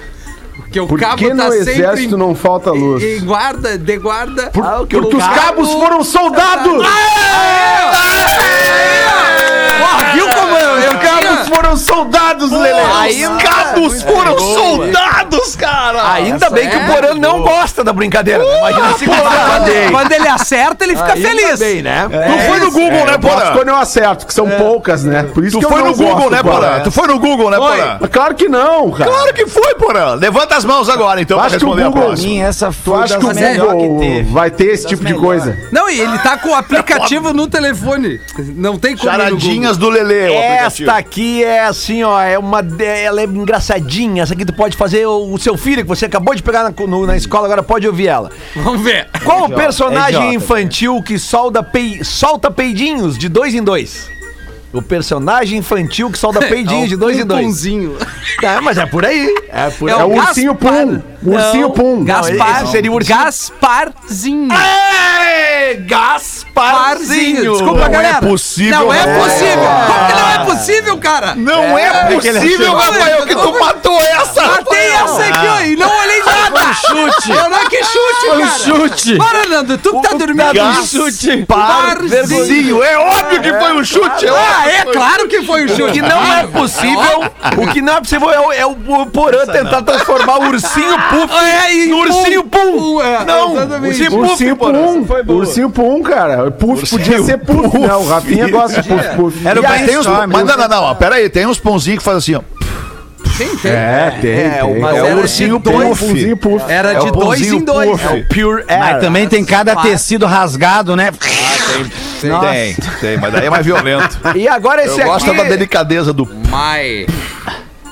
Speaker 6: Porque o
Speaker 8: Por
Speaker 6: cabo
Speaker 8: que
Speaker 6: tá
Speaker 8: no
Speaker 6: sempre
Speaker 8: exército
Speaker 6: em-
Speaker 8: não falta luz?
Speaker 6: em guarda, de guarda.
Speaker 8: Por-
Speaker 7: Ah, o que
Speaker 8: porque
Speaker 7: o
Speaker 8: os
Speaker 7: cabo-
Speaker 8: cabos foram soldados!
Speaker 6: Porra, viu como eu,
Speaker 8: cabos foram soldados, Lele.
Speaker 7: Ainda,
Speaker 1: Cabos foram soldados, cara!
Speaker 7: ainda bem que o
Speaker 6: é
Speaker 7: Porã não gosta da brincadeira. né? Imagina se gostar.
Speaker 6: Quando ele acerta, ele fica feliz.
Speaker 7: Bem, né?
Speaker 1: tu foi no Google, né,
Speaker 8: É, Eu gosto
Speaker 1: Porã?
Speaker 8: quando eu acerto, que são poucas, né? Por isso
Speaker 1: Tu
Speaker 8: que eu
Speaker 1: foi
Speaker 8: não
Speaker 1: no Google,
Speaker 8: gosto,
Speaker 1: né, Porã? Tu foi no Google, né, Porã?
Speaker 8: Mas Claro que não, cara.
Speaker 1: Claro que foi, Porã! Levanta as mãos agora, então, pra
Speaker 8: Acho que o
Speaker 1: responder a
Speaker 8: Google-
Speaker 1: próxima.
Speaker 5: Mim, essa
Speaker 8: Tu
Speaker 5: foi
Speaker 8: acha que o
Speaker 5: das melhor
Speaker 8: Google
Speaker 5: que teve.
Speaker 8: vai ter esse tipo de
Speaker 5: melhores.
Speaker 8: coisa?
Speaker 6: Não, e ele tá com o aplicativo no telefone. Não tem como. ir no Google.
Speaker 1: Charadinhas do Lele, o aplicativo.
Speaker 7: Esta aqui é assim, ó, é uma. de- Ela é engraçadinha. Essa aqui tu pode fazer o, o seu filho, que você acabou de pegar na, no- na escola, agora pode ouvir ela.
Speaker 6: Vamos ver.
Speaker 7: Qual o
Speaker 5: idiota, é
Speaker 7: personagem
Speaker 5: idiota,
Speaker 7: infantil que solda pei- solta peidinhos de dois em dois? O personagem infantil que solta peidinhos de dois em dois.
Speaker 6: Punzinho.
Speaker 7: É, mas é por aí. É por
Speaker 6: É
Speaker 7: aí.
Speaker 8: É o
Speaker 6: Gaspar.
Speaker 8: ursinho Pum. O Ursinho
Speaker 7: Não,
Speaker 8: Pum.
Speaker 6: Gaspar.
Speaker 7: esse seria o ursinho.
Speaker 6: Gasparzinho.
Speaker 7: É,
Speaker 6: Gasparzinho.
Speaker 7: Gasparzinho.
Speaker 6: Desculpa,
Speaker 1: Não é
Speaker 6: galera.
Speaker 1: possível,
Speaker 6: Não é
Speaker 1: Rafael.
Speaker 6: possível. Como que não é possível, cara? é?
Speaker 1: Não é, possível, Rafael, que tu matou essa!
Speaker 6: Matei essa aqui, ó, e não olhei nada. chute. Olha que chute, cara.
Speaker 7: chute.
Speaker 6: Para, Nando, tu que tá dormindo.
Speaker 7: chute.
Speaker 6: Gasparzinho.
Speaker 1: Zinho, é óbvio que foi um chute! é óbvio.
Speaker 6: Ah, é claro que foi o
Speaker 7: O
Speaker 6: chute.
Speaker 7: que não é possível, o que não é possível é o, é o Porã tentar transformar o ursinho puff
Speaker 6: É, e
Speaker 7: no ursinho pum.
Speaker 6: é,
Speaker 7: não,
Speaker 6: exatamente.
Speaker 7: ursinho puff.
Speaker 8: Ursinho Pum. Ursinho Pum, cara. Puff podia ser Puff. Não, o Rafinha gosta de Puff Puff.
Speaker 1: Era
Speaker 8: E
Speaker 7: é
Speaker 1: mas
Speaker 8: aí,
Speaker 1: tem uns,
Speaker 8: só,
Speaker 1: mas não, não, não, ó, pera aí, tem uns pãozinhos que fazem assim, ó.
Speaker 6: Tem, tem.
Speaker 8: É, tem.
Speaker 7: É,
Speaker 8: tem.
Speaker 7: mas era de um
Speaker 8: Pum,
Speaker 1: dois.
Speaker 8: ursinho Puff.
Speaker 6: Era de dois em dois.
Speaker 7: É o pure air.
Speaker 5: Mas também tem cada tecido rasgado, né? Nossa.
Speaker 1: Tem, tem, mas daí é mais violento.
Speaker 7: E agora esse
Speaker 1: Eu gosto da
Speaker 7: aqui,
Speaker 1: delicadeza do
Speaker 6: Mai.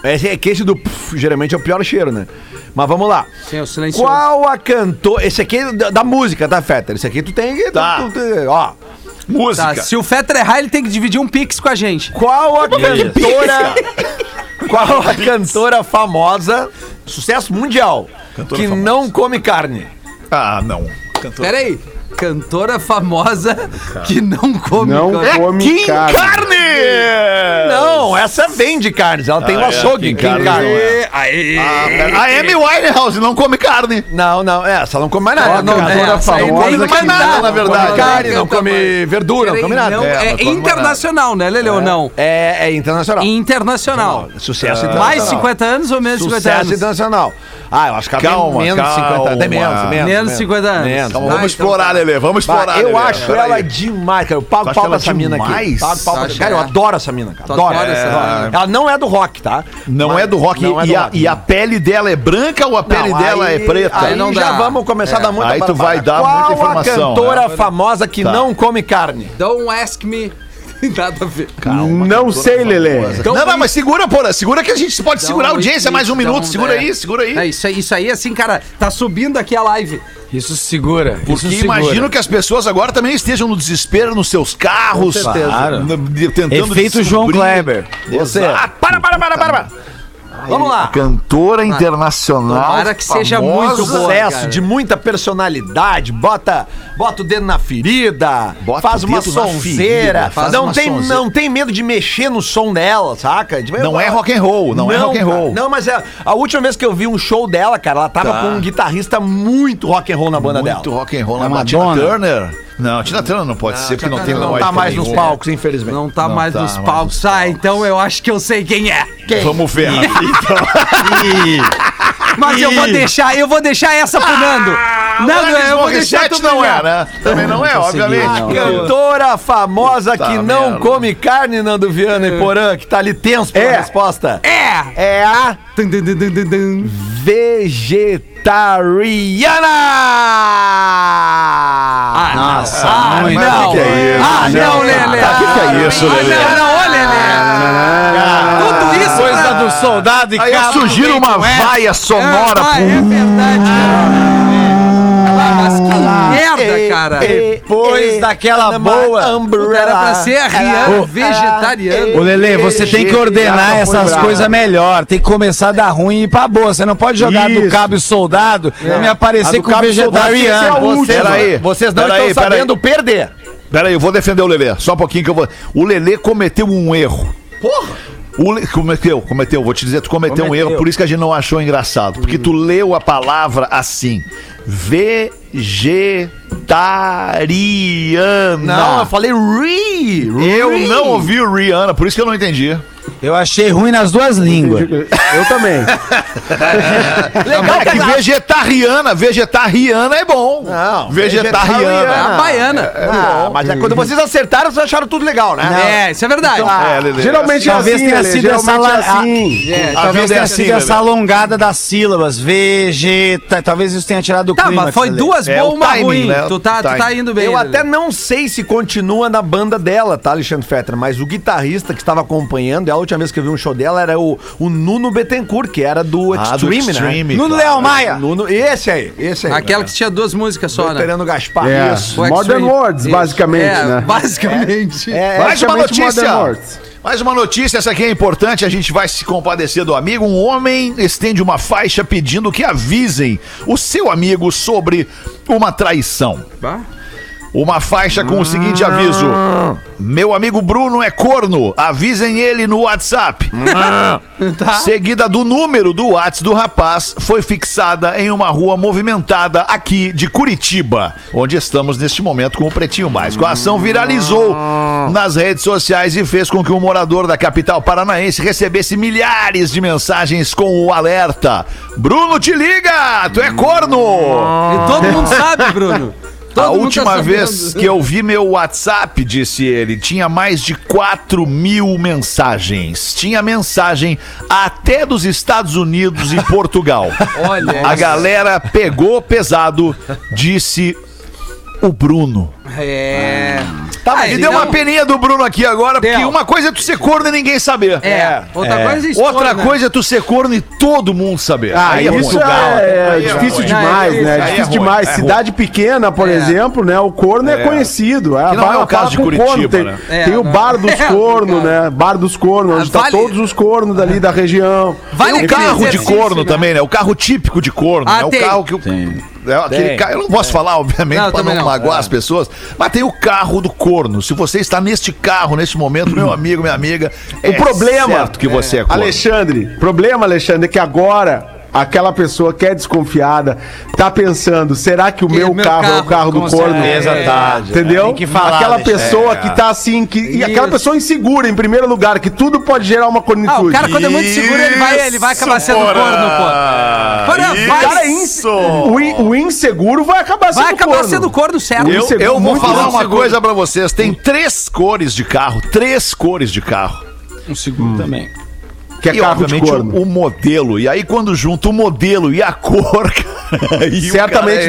Speaker 7: esse é que esse do puff, geralmente é o pior cheiro, né? Mas vamos lá.
Speaker 6: Tem é o silencioso.
Speaker 7: Qual a cantora? Esse aqui é da, da música, tá, Feta? Esse aqui tu tem que.
Speaker 1: Tá.
Speaker 7: tu- tu- ó.
Speaker 1: música.
Speaker 6: Tá, se o Fetter errar, ele tem que dividir um pix com a gente.
Speaker 7: Qual a cantora? Qual a cantora famosa, sucesso mundial, que
Speaker 1: famosa.
Speaker 7: não come carne?
Speaker 1: Ah, não.
Speaker 6: Pera aí. Cantora famosa que não come
Speaker 8: Não
Speaker 6: carne.
Speaker 8: come
Speaker 1: Kim
Speaker 8: cara.
Speaker 1: Carne!
Speaker 7: Não, essa vende carnes, ela tem um
Speaker 1: é, Kim
Speaker 7: açougue em carne.
Speaker 1: Carnes,
Speaker 6: Aê.
Speaker 1: Ah, pera- A Amy Winehouse não come carne.
Speaker 7: Não, não, essa não come mais nada.
Speaker 6: Ó, não,
Speaker 7: Ela
Speaker 6: é,
Speaker 7: cantora
Speaker 6: essa aí
Speaker 7: famosa
Speaker 6: nem
Speaker 7: que
Speaker 1: come mais nada, na
Speaker 7: come
Speaker 1: verdade.
Speaker 7: carne,
Speaker 6: Não
Speaker 7: não
Speaker 6: canta
Speaker 7: come
Speaker 6: mais.
Speaker 7: verdura, não
Speaker 6: Peraí,
Speaker 7: come nada.
Speaker 6: não,
Speaker 7: É,
Speaker 6: é,
Speaker 1: não come
Speaker 6: internacional, né, Lele? Ou não?
Speaker 7: é, é internacional.
Speaker 1: então.
Speaker 6: Internacional.
Speaker 7: Sucesso internacional.
Speaker 6: Ah, Mais 50 anos ou menos 50
Speaker 7: Sucesso
Speaker 6: anos?
Speaker 7: internacional. Ah, eu acho que ela
Speaker 1: Calma,
Speaker 7: tem menos de 50 anos. Tem menos,
Speaker 1: calma.
Speaker 7: menos.
Speaker 6: Menos 50 anos.
Speaker 7: Menos.
Speaker 1: Então
Speaker 6: Ah,
Speaker 1: vamos
Speaker 6: então
Speaker 1: explorar,
Speaker 6: tá.
Speaker 1: Lelê. Vamos
Speaker 7: Bah,
Speaker 1: explorar.
Speaker 7: eu
Speaker 1: Lelê.
Speaker 7: acho
Speaker 1: Pera
Speaker 7: ela
Speaker 1: aí.
Speaker 7: demais, cara. Eu pago
Speaker 1: Tu acha
Speaker 7: pau pra
Speaker 1: ela
Speaker 7: essa mina aqui.
Speaker 1: demais?
Speaker 7: Pago pau pra
Speaker 6: Acho
Speaker 7: essa- Cara, eu
Speaker 6: que é.
Speaker 7: adoro essa mina, cara.
Speaker 6: Tu
Speaker 7: Adoro.
Speaker 6: adora essa
Speaker 7: É.
Speaker 6: mina.
Speaker 7: Ela não é do rock, tá?
Speaker 1: Não
Speaker 7: Mas-
Speaker 1: é do rock.
Speaker 7: não é
Speaker 1: e,
Speaker 7: do
Speaker 1: a,
Speaker 7: rock,
Speaker 1: e
Speaker 7: né?
Speaker 1: a pele dela é branca ou a pele
Speaker 7: Não,
Speaker 1: dela
Speaker 7: aí-
Speaker 1: é preta?
Speaker 7: Aí
Speaker 6: não
Speaker 7: já
Speaker 6: dá. É.
Speaker 7: vamos começar a dar muita
Speaker 1: Aí tu
Speaker 7: palavra.
Speaker 1: vai dar
Speaker 7: Qual
Speaker 1: muita informação, né? Tá.
Speaker 7: a cantora famosa que não come carne?
Speaker 6: Don't ask me. Nada a ver.
Speaker 8: Não sei,
Speaker 2: É,
Speaker 8: Lelê.
Speaker 6: Então,
Speaker 1: não, não, mas segura, porra. Segura que a gente pode
Speaker 6: Então,
Speaker 1: segurar a audiência
Speaker 6: isso,
Speaker 1: mais um
Speaker 6: então,
Speaker 1: minuto. Segura
Speaker 6: é.
Speaker 1: aí, segura aí.
Speaker 6: É, isso, aí- isso aí, assim, cara, tá subindo aqui a live.
Speaker 5: Isso segura.
Speaker 1: Porque
Speaker 5: isso segura.
Speaker 1: imagino que as pessoas agora também estejam no desespero nos seus carros,
Speaker 5: certeza.
Speaker 1: na- de- tentando
Speaker 5: Efeito João Kleber.
Speaker 1: Você.
Speaker 7: para, para, para, para, para. Vamos lá.
Speaker 1: Cantora internacional.
Speaker 6: Tomara que seja
Speaker 1: famosa.
Speaker 6: muito boa.
Speaker 7: um Sucesso
Speaker 6: cara.
Speaker 7: de muita personalidade, bota, bota o dedo na ferida,
Speaker 1: Bota
Speaker 7: faz
Speaker 1: o
Speaker 7: uma
Speaker 1: dedo na
Speaker 7: sonzeira,
Speaker 1: ferida, faz
Speaker 7: não,
Speaker 1: uma
Speaker 7: tem,
Speaker 1: sonzeira.
Speaker 7: não tem medo de mexer no som dela, saca? De-
Speaker 1: Não é rock and roll, não, é rock and
Speaker 7: cara,
Speaker 1: roll.
Speaker 7: Não, mas é, a última vez que eu vi um show dela, cara, ela tava
Speaker 1: Tá.
Speaker 7: com um guitarrista muito rock and roll na banda
Speaker 1: muito
Speaker 7: dela.
Speaker 1: rock and roll
Speaker 5: É
Speaker 1: na
Speaker 5: Madonna.
Speaker 1: Tina Turner. Não, Tina Turner não pode ser porque não tem
Speaker 7: Não
Speaker 1: mais
Speaker 7: tá mais
Speaker 1: também.
Speaker 7: nos palcos, infelizmente.
Speaker 6: é Não tá
Speaker 1: Não
Speaker 6: mais
Speaker 1: tá
Speaker 6: nos
Speaker 1: mais
Speaker 6: palcos. Ah, então eu acho que eu sei quem é.
Speaker 1: Vamos ver.
Speaker 6: Mas eu vou deixar, eu vou deixar essa pro Nando. Nando, eu vou deixar tu
Speaker 1: não é,
Speaker 6: melhor.
Speaker 1: né? Também não é, obviamente.
Speaker 7: A cantora famosa
Speaker 1: Puta
Speaker 7: que não
Speaker 1: merda. É.
Speaker 7: come carne, Nando Viana e Porã, que tá ali tenso pela
Speaker 8: É.
Speaker 7: resposta.
Speaker 6: É!
Speaker 7: É a
Speaker 6: Dun, dun, dun, dun, dun, dun.
Speaker 7: vegetariana!
Speaker 5: Nossa,
Speaker 6: Ah,
Speaker 5: muito.
Speaker 6: não!
Speaker 1: que é isso?
Speaker 6: Ah, não,
Speaker 1: Não,
Speaker 6: Lelê!
Speaker 1: tá, que que é
Speaker 6: Ah,
Speaker 1: isso,
Speaker 6: não,
Speaker 1: Lelê?
Speaker 6: Não, não, ô,
Speaker 7: Ah,
Speaker 6: Lelê! Tudo isso
Speaker 5: Coisa
Speaker 6: pra-
Speaker 5: do soldado e
Speaker 1: Aí eu
Speaker 5: cabo.
Speaker 1: sugiro uma
Speaker 7: é?
Speaker 1: vaia sonora
Speaker 6: Ah, é verdade, cara. Ah, mas que
Speaker 7: é,
Speaker 6: merda, cara!
Speaker 5: Depois daquela boa.
Speaker 6: Era pra ser a Rian vegetariana.
Speaker 5: Ô Lele, você tem que ordenar
Speaker 8: Ela foi
Speaker 5: essas
Speaker 8: brava.
Speaker 5: coisas melhor. Tem que começar da ruim e ir pra boa. Você não pode jogar do
Speaker 8: Isso.
Speaker 5: cabo e soldado e me aparecer com
Speaker 8: tinha
Speaker 2: é
Speaker 8: que ser a
Speaker 5: vegetariano.
Speaker 8: última.
Speaker 7: É,
Speaker 1: Peraí,
Speaker 7: Vocês, vocês não
Speaker 1: peraí,
Speaker 7: estão
Speaker 1: peraí.
Speaker 7: sabendo perder.
Speaker 1: Pera aí, eu vou defender o Lelê. Só um pouquinho que eu vou. O Lelê cometeu um erro. Porra! O Le- Cometeu, cometeu, vou te dizer, tu cometeu, um erro, por isso que a gente não achou engraçado. Porque tu leu a palavra assim. Vegetariana.
Speaker 7: Não, eu falei Ri.
Speaker 1: eu não ouvi o Rihanna, por isso que eu não entendi.
Speaker 5: Eu achei ruim nas duas línguas.
Speaker 8: Eu também.
Speaker 1: Legal, que vegetariana, vegetariana é bom.
Speaker 7: Não,
Speaker 1: vegetariana.
Speaker 7: vegetariana.
Speaker 6: É A baiana.
Speaker 7: Ah, mas é quando vocês acertaram, vocês acharam tudo legal, né?
Speaker 6: Uhum. É, isso é verdade.
Speaker 1: É, Lelê.
Speaker 8: Geralmente é
Speaker 5: Talvez
Speaker 8: assim,
Speaker 5: tenha
Speaker 8: Ale,
Speaker 5: sido
Speaker 8: geralmente
Speaker 5: essa la-
Speaker 8: é assim.
Speaker 6: É,
Speaker 1: A
Speaker 5: Talvez
Speaker 1: vida é
Speaker 5: tenha
Speaker 1: assim,
Speaker 5: sido
Speaker 1: né,
Speaker 5: essa alongada das sílabas. Vegeta. Talvez isso tenha tirado o
Speaker 6: Tá,
Speaker 5: clima.
Speaker 6: mas foi duas
Speaker 1: É,
Speaker 6: boas,
Speaker 1: o
Speaker 6: uma
Speaker 1: timing,
Speaker 6: ruim.
Speaker 1: né?
Speaker 6: Tu, tá, tu tá
Speaker 1: Timing.
Speaker 6: indo bem.
Speaker 7: Eu
Speaker 6: Lelê.
Speaker 7: até não sei se continua na banda dela, tá, Alexandre Fetter? Mas o guitarrista que estava acompanhando, a última vez que eu vi um show dela era o, o Nuno Bettencourt, que era do
Speaker 1: Ah, do
Speaker 7: Extreme, né?
Speaker 1: Extreme,
Speaker 5: Nuno
Speaker 1: claro.
Speaker 5: Leal Maia.
Speaker 7: Nuno, esse aí, esse aí.
Speaker 6: Aquela que tinha duas músicas só, né?
Speaker 7: né? Esperando Gaspar.
Speaker 8: É.
Speaker 7: Isso.
Speaker 6: O
Speaker 8: Modern
Speaker 6: Extreme.
Speaker 8: Words,
Speaker 6: Isso.
Speaker 8: basicamente,
Speaker 6: É,
Speaker 8: né?
Speaker 6: Basicamente.
Speaker 7: É,
Speaker 1: Mais uma
Speaker 8: Basicamente,
Speaker 1: notícia.
Speaker 8: Modern Words.
Speaker 1: Mais uma notícia, essa aqui é importante, a gente vai se compadecer do amigo. Um homem estende uma faixa pedindo que avisem o seu amigo sobre uma traição.
Speaker 6: Bah.
Speaker 1: Uma faixa com o seguinte aviso: Meu amigo Bruno é corno, avisem ele no WhatsApp. Seguida do número do WhatsApp do rapaz, foi fixada em uma rua movimentada aqui de Curitiba, onde estamos neste momento com o Pretinho Básico. A ação viralizou nas redes sociais e fez com que um morador da capital paranaense recebesse milhares de mensagens com o alerta: Bruno, te liga! Tu é corno!
Speaker 6: E todo mundo sabe, Bruno.
Speaker 1: Ah. a
Speaker 6: Todo mundo tá
Speaker 1: última
Speaker 6: sabendo.
Speaker 1: vez que eu vi meu WhatsApp, disse ele, tinha mais de 4 mil mensagens. Tinha mensagem até dos Estados Unidos e Portugal.
Speaker 6: Olha,
Speaker 1: a galera pegou pesado, disse o Bruno.
Speaker 6: É.
Speaker 1: Tá,
Speaker 6: Ah,
Speaker 1: me
Speaker 6: ele
Speaker 1: deu uma
Speaker 6: não-
Speaker 1: peninha do Bruno aqui agora, porque
Speaker 6: Deu.
Speaker 1: uma coisa é tu ser corno e ninguém saber.
Speaker 6: É. Outra coisa é expor,
Speaker 1: Outra
Speaker 6: né?
Speaker 1: coisa é tu ser corno e todo mundo saber.
Speaker 8: Ah,
Speaker 1: Aí
Speaker 8: isso
Speaker 1: Portugal.
Speaker 8: é,
Speaker 1: Aí
Speaker 8: difícil
Speaker 1: ruim.
Speaker 8: demais,
Speaker 6: Aí é
Speaker 8: né?
Speaker 1: ruim.
Speaker 8: difícil
Speaker 1: Aí é
Speaker 8: demais.
Speaker 1: ruim.
Speaker 8: Cidade pequena, por
Speaker 6: É.
Speaker 8: exemplo, né? O corno é, conhecido. É,
Speaker 1: Que não
Speaker 8: vai
Speaker 1: é o
Speaker 8: lá,
Speaker 1: caso
Speaker 8: fala
Speaker 1: de
Speaker 8: com o
Speaker 1: Curitiba,
Speaker 8: Tem,
Speaker 1: né?
Speaker 8: tem
Speaker 6: É,
Speaker 8: o
Speaker 6: não.
Speaker 8: bar dos
Speaker 6: É,
Speaker 8: cornos,
Speaker 6: cara.
Speaker 8: né? Bar dos cornos,
Speaker 6: Ah,
Speaker 8: onde
Speaker 6: vale-
Speaker 8: tá todos os cornos ali da região.
Speaker 6: Vale
Speaker 1: Tem o
Speaker 6: aquele
Speaker 1: carro de
Speaker 6: exercício,
Speaker 1: corno
Speaker 6: né?
Speaker 1: também, né? O carro típico de corno,
Speaker 6: Ah,
Speaker 1: né? O
Speaker 6: tem.
Speaker 1: carro que o. É aquele
Speaker 7: Tem.
Speaker 1: carro, eu não posso falar, obviamente,
Speaker 6: Não,
Speaker 1: pra
Speaker 6: também
Speaker 1: não
Speaker 6: não.
Speaker 1: magoar as pessoas, mas tem o carro do corno. Se você está neste carro, neste momento, meu amigo, minha amiga, o
Speaker 8: problema-
Speaker 1: certo que você é corno.
Speaker 8: Alexandre, problema, Alexandre, é que agora aquela pessoa que é desconfiada tá pensando, será que o meu,
Speaker 6: meu
Speaker 8: carro, é o
Speaker 6: carro,
Speaker 8: carro do
Speaker 5: com
Speaker 8: corno?
Speaker 5: certeza,
Speaker 8: É.
Speaker 5: tá.
Speaker 8: Entendeu?
Speaker 5: Tem que falar,
Speaker 8: aquela
Speaker 5: Alexandre.
Speaker 8: pessoa
Speaker 1: É.
Speaker 8: que tá assim, que, e aquela
Speaker 6: Isso.
Speaker 8: pessoa insegura, em primeiro lugar, que tudo pode gerar uma
Speaker 6: Ah,
Speaker 8: cornitude.
Speaker 6: o cara quando é muito seguro, ele vai, ele vai acabar sendo corno,
Speaker 1: Ah,
Speaker 6: pô. Porã, vai,
Speaker 8: Cara, é inse- o, in- o inseguro vai acabar sendo
Speaker 6: vai acabar
Speaker 8: corno.
Speaker 6: sendo corno certo. Ah,
Speaker 8: Eu-
Speaker 1: Eu, eu vou
Speaker 8: Muito
Speaker 1: falar
Speaker 8: bom.
Speaker 1: uma coisa pra vocês: tem três cores de carro, três cores de carro.
Speaker 5: Um segundo também.
Speaker 8: Que é
Speaker 1: e,
Speaker 8: carro de
Speaker 1: obviamente,
Speaker 8: corno.
Speaker 1: o, o modelo. E aí, quando junta o modelo e a cor. aí o
Speaker 8: Certamente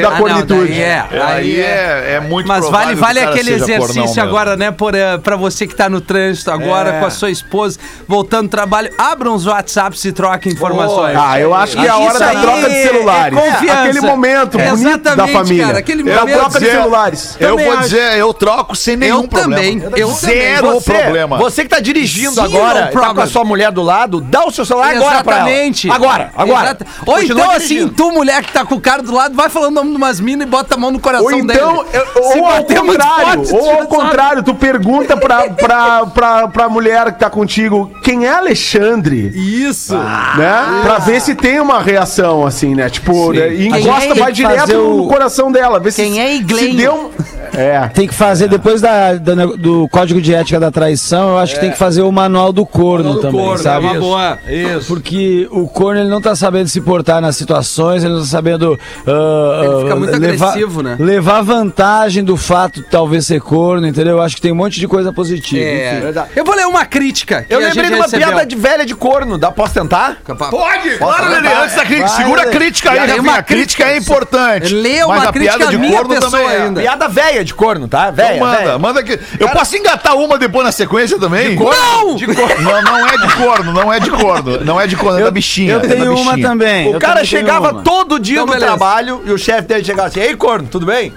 Speaker 1: cara
Speaker 8: dá
Speaker 6: Ah,
Speaker 1: é-
Speaker 6: não,
Speaker 8: cornitude.
Speaker 6: daí é,
Speaker 1: Aí
Speaker 6: aí é.
Speaker 1: é, é muito
Speaker 6: Mas
Speaker 1: provável
Speaker 6: vale,
Speaker 1: que o
Speaker 6: vale
Speaker 1: cara
Speaker 6: aquele
Speaker 1: seja cornão
Speaker 6: exercício
Speaker 1: mesmo. É.
Speaker 6: agora, né, Porã? Pra você que tá no trânsito agora, com a sua esposa, voltando do trabalho, abram os WhatsApps e troquem informações.
Speaker 8: Ah, eu acho que é a hora
Speaker 6: Isso
Speaker 8: da
Speaker 6: aí
Speaker 8: troca de
Speaker 6: é
Speaker 8: celulares.
Speaker 6: confiança.
Speaker 8: Aquele momento
Speaker 6: É,
Speaker 8: bonito da
Speaker 6: exatamente,
Speaker 8: família.
Speaker 6: cara, aquele
Speaker 8: da
Speaker 6: momento.
Speaker 8: troca de
Speaker 1: Zero.
Speaker 8: celulares.
Speaker 1: Eu
Speaker 6: Também
Speaker 1: vou
Speaker 6: acho.
Speaker 1: dizer, eu troco sem nenhum problema.
Speaker 6: também, eu
Speaker 1: Zero
Speaker 6: também.
Speaker 7: Você,
Speaker 1: problema.
Speaker 7: você que tá dirigindo
Speaker 6: Zero
Speaker 7: agora, tá com a
Speaker 6: problem.
Speaker 7: sua mulher do lado, dá o seu celular agora pra ela.
Speaker 6: Exatamente.
Speaker 7: Agora, agora.
Speaker 6: Exata- Ou
Speaker 7: Continua
Speaker 6: então,
Speaker 7: dirigindo.
Speaker 6: assim, tu, mulher que tá com o cara do lado, vai falando o nome de umas minas e bota a mão no coração
Speaker 8: Ou então,
Speaker 6: dele.
Speaker 8: eu-
Speaker 6: Se
Speaker 8: ou ao
Speaker 6: bater é muito
Speaker 8: contrário,
Speaker 6: forte,
Speaker 8: ou
Speaker 6: tu
Speaker 8: ao
Speaker 6: já
Speaker 8: contrário, tu pergunta pra, pra, pra, pra mulher que tá contigo quem é Alexandre,
Speaker 6: sabe. Isso.
Speaker 8: né? Pra ver se tem uma reação, assim, né? Tipo, né? e
Speaker 5: A gente
Speaker 8: encosta,
Speaker 5: tem que
Speaker 8: vai direto
Speaker 5: fazer o-
Speaker 8: no coração dela. Ver
Speaker 6: Quem
Speaker 8: se,
Speaker 6: é Iglenho?
Speaker 8: se deu um- É.
Speaker 5: Tem que fazer, depois da, da ne- do Código de Ética da Traição, eu acho que tem que fazer o Manual do Corno
Speaker 6: É. Do
Speaker 5: também,
Speaker 6: corno,
Speaker 5: sabe?
Speaker 6: é uma boa.
Speaker 5: Porque o corno ele não tá sabendo se portar nas situações, ele não tá sabendo. ah,
Speaker 6: Ele fica
Speaker 5: ah,
Speaker 6: muito
Speaker 5: levar,
Speaker 6: agressivo, né?
Speaker 5: Levar vantagem do fato de talvez ser corno, entendeu? Eu acho que tem um monte de coisa positiva.
Speaker 6: É.
Speaker 5: enfim.
Speaker 6: Eu vou ler uma crítica. que
Speaker 7: Eu
Speaker 6: a
Speaker 7: lembrei
Speaker 6: gente
Speaker 7: de uma
Speaker 6: recebeu.
Speaker 7: piada de velha de corno. Dá, posso tentar?
Speaker 6: Capaz.
Speaker 1: Pode, claro, Lelê, antes da crítica. Segura a crítica aí,
Speaker 6: Tem
Speaker 1: Rafinha.
Speaker 6: uma
Speaker 1: A crítica é
Speaker 6: crítica.
Speaker 1: importante.
Speaker 6: Lê uma
Speaker 1: mas a
Speaker 6: crítica
Speaker 1: piada de
Speaker 6: minha
Speaker 1: corno
Speaker 6: pessoa
Speaker 1: também é.
Speaker 6: ainda.
Speaker 7: Piada velha de corno, tá?
Speaker 1: Então
Speaker 7: Velha,
Speaker 1: manda,
Speaker 7: velha.
Speaker 1: manda aqui. Eu posso engatar uma depois na sequência também?
Speaker 6: Não!
Speaker 1: De corno. Não, não é de corno, não é de corno. Não é de corno, é da bichinha.
Speaker 5: Eu
Speaker 1: é da
Speaker 5: tenho uma
Speaker 1: bichinha.
Speaker 5: também.
Speaker 7: O
Speaker 5: eu
Speaker 7: cara
Speaker 5: também tenho
Speaker 7: chegava
Speaker 5: uma.
Speaker 7: todo dia
Speaker 6: Então,
Speaker 7: no
Speaker 6: beleza.
Speaker 7: trabalho e o chefe dele chegava assim: Ei, corno, tudo bem?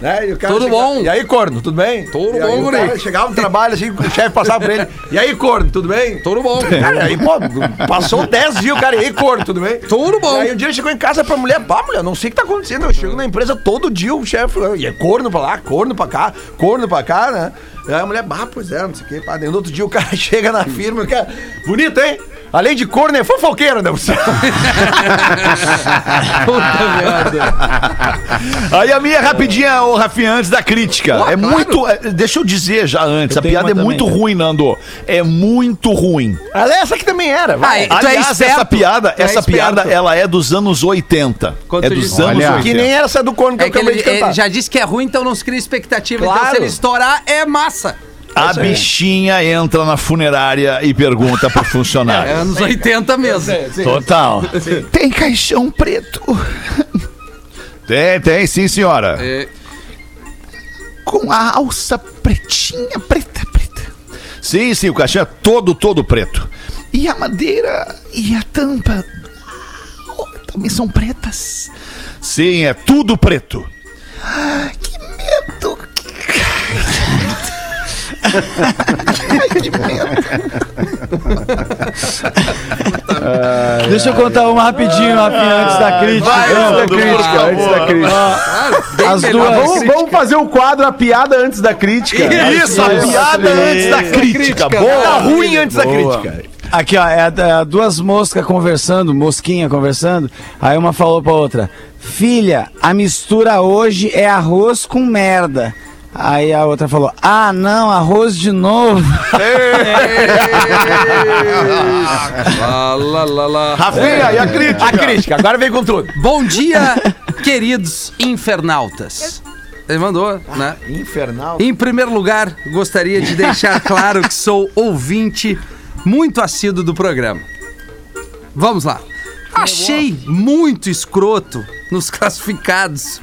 Speaker 7: Né? E o cara
Speaker 6: Tudo
Speaker 7: chegava,
Speaker 6: bom?
Speaker 7: E aí, corno, tudo bem?
Speaker 6: Tudo
Speaker 7: E aí
Speaker 6: bom,
Speaker 7: o cara
Speaker 6: guri?"
Speaker 7: Chegava no trabalho assim, o chefe passava pra ele: E aí, corno, tudo bem?
Speaker 6: Tudo bom.
Speaker 7: Cara, aí, pô, passou 10 dias, o cara, e aí, corno, tudo bem?
Speaker 6: Tudo bom.
Speaker 7: E aí um dia ele chegou em casa pra mulher, pá, mulher, não sei o que tá acontecendo. Eu chego na empresa todo dia, o chefe, e é corno pra lá, corno pra cá, corno pra cá, né? E aí a mulher, bah, pois é, não sei o que, pá. Daí no outro dia o cara chega na firma, o cara, bonito, hein? Além de corno, é fofoqueiro, né?
Speaker 6: Puta merda.
Speaker 1: Aí a minha é rapidinha, ô Rafinha, antes da crítica. é muito. é, Deixa eu dizer já antes, a
Speaker 5: tenho
Speaker 1: piada
Speaker 5: uma
Speaker 1: é muito
Speaker 5: também.
Speaker 1: ruim, Nando. É muito ruim.
Speaker 7: Ah, Essa aqui também era, vai.
Speaker 6: Ah, Tu é
Speaker 1: Aliás, essa
Speaker 6: esperto.
Speaker 1: piada,
Speaker 6: Tu é
Speaker 1: essa
Speaker 6: esperto.
Speaker 1: piada, ela é dos anos 80.
Speaker 6: Quando
Speaker 1: é
Speaker 6: tu
Speaker 1: dos
Speaker 6: disse-
Speaker 1: anos
Speaker 8: Olha,
Speaker 1: 80.
Speaker 7: Que nem essa do corno que
Speaker 6: É
Speaker 7: eu
Speaker 6: que
Speaker 7: acabei
Speaker 6: ele,
Speaker 7: de cantar.
Speaker 6: ele já disse que é ruim, então não se cria expectativa. Então
Speaker 7: Claro.
Speaker 6: se ele estourar, é massa.
Speaker 1: A bichinha entra na funerária e pergunta pro
Speaker 6: É
Speaker 1: funcionário.
Speaker 6: anos 80 mesmo.
Speaker 1: Total. Tem caixão preto? Tem, tem, sim, senhora.
Speaker 6: É.
Speaker 1: Com a alça pretinha, preta, preta. Sim, sim, o caixão é todo, todo preto. E a madeira e a tampa oh, também são pretas. Sim, é tudo preto. Ah, que medo!
Speaker 5: Deixa eu contar uma rapidinho, Rafinha, antes da crítica.
Speaker 1: vai,
Speaker 5: Não,
Speaker 1: Nando, por
Speaker 8: Crítica,
Speaker 1: favor.
Speaker 8: antes da crítica.
Speaker 5: as
Speaker 1: Tá
Speaker 8: Ah,
Speaker 5: duas.
Speaker 8: vamos, vamos fazer o quadro A Piada Antes da Crítica.
Speaker 1: Isso, a piada antes da crítica.
Speaker 7: Tá
Speaker 1: Boa!
Speaker 7: ruim antes da crítica.
Speaker 5: Aqui, ó, é, é duas moscas conversando, mosquinha conversando. Aí uma falou pra outra: Filha, a mistura hoje é arroz com merda. Aí a outra falou: Ah, não, arroz de novo.
Speaker 6: Lá, lá, lá, lá.
Speaker 1: Rafinha, e a crítica?
Speaker 7: A crítica, agora vem com tudo.
Speaker 6: Bom dia, queridos infernautas. Ele mandou, né?
Speaker 7: Infernal.
Speaker 6: Em primeiro lugar, gostaria de deixar claro que sou ouvinte muito assíduo do programa. Vamos lá. Achei muito escroto nos classificados.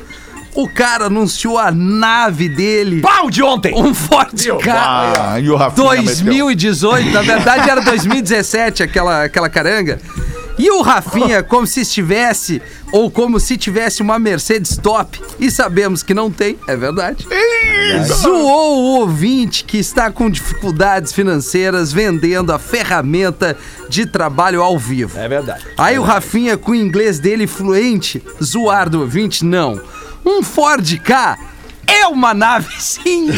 Speaker 6: O cara anunciou a nave dele,
Speaker 7: Pau de ontem.
Speaker 6: um Ford Ka
Speaker 1: Ah, e o Rafinha meteu.
Speaker 6: 2018, na verdade era 2017 aquela, aquela caranga. E o Rafinha, como se estivesse, ou como se tivesse uma Mercedes top, e sabemos que não tem, é verdade. Zoou o ouvinte que está com dificuldades financeiras vendendo a ferramenta de trabalho ao vivo.
Speaker 7: É verdade.
Speaker 6: Aí o Rafinha, com o inglês dele fluente, zoar do ouvinte, não. Um Ford K é uma nave, sim.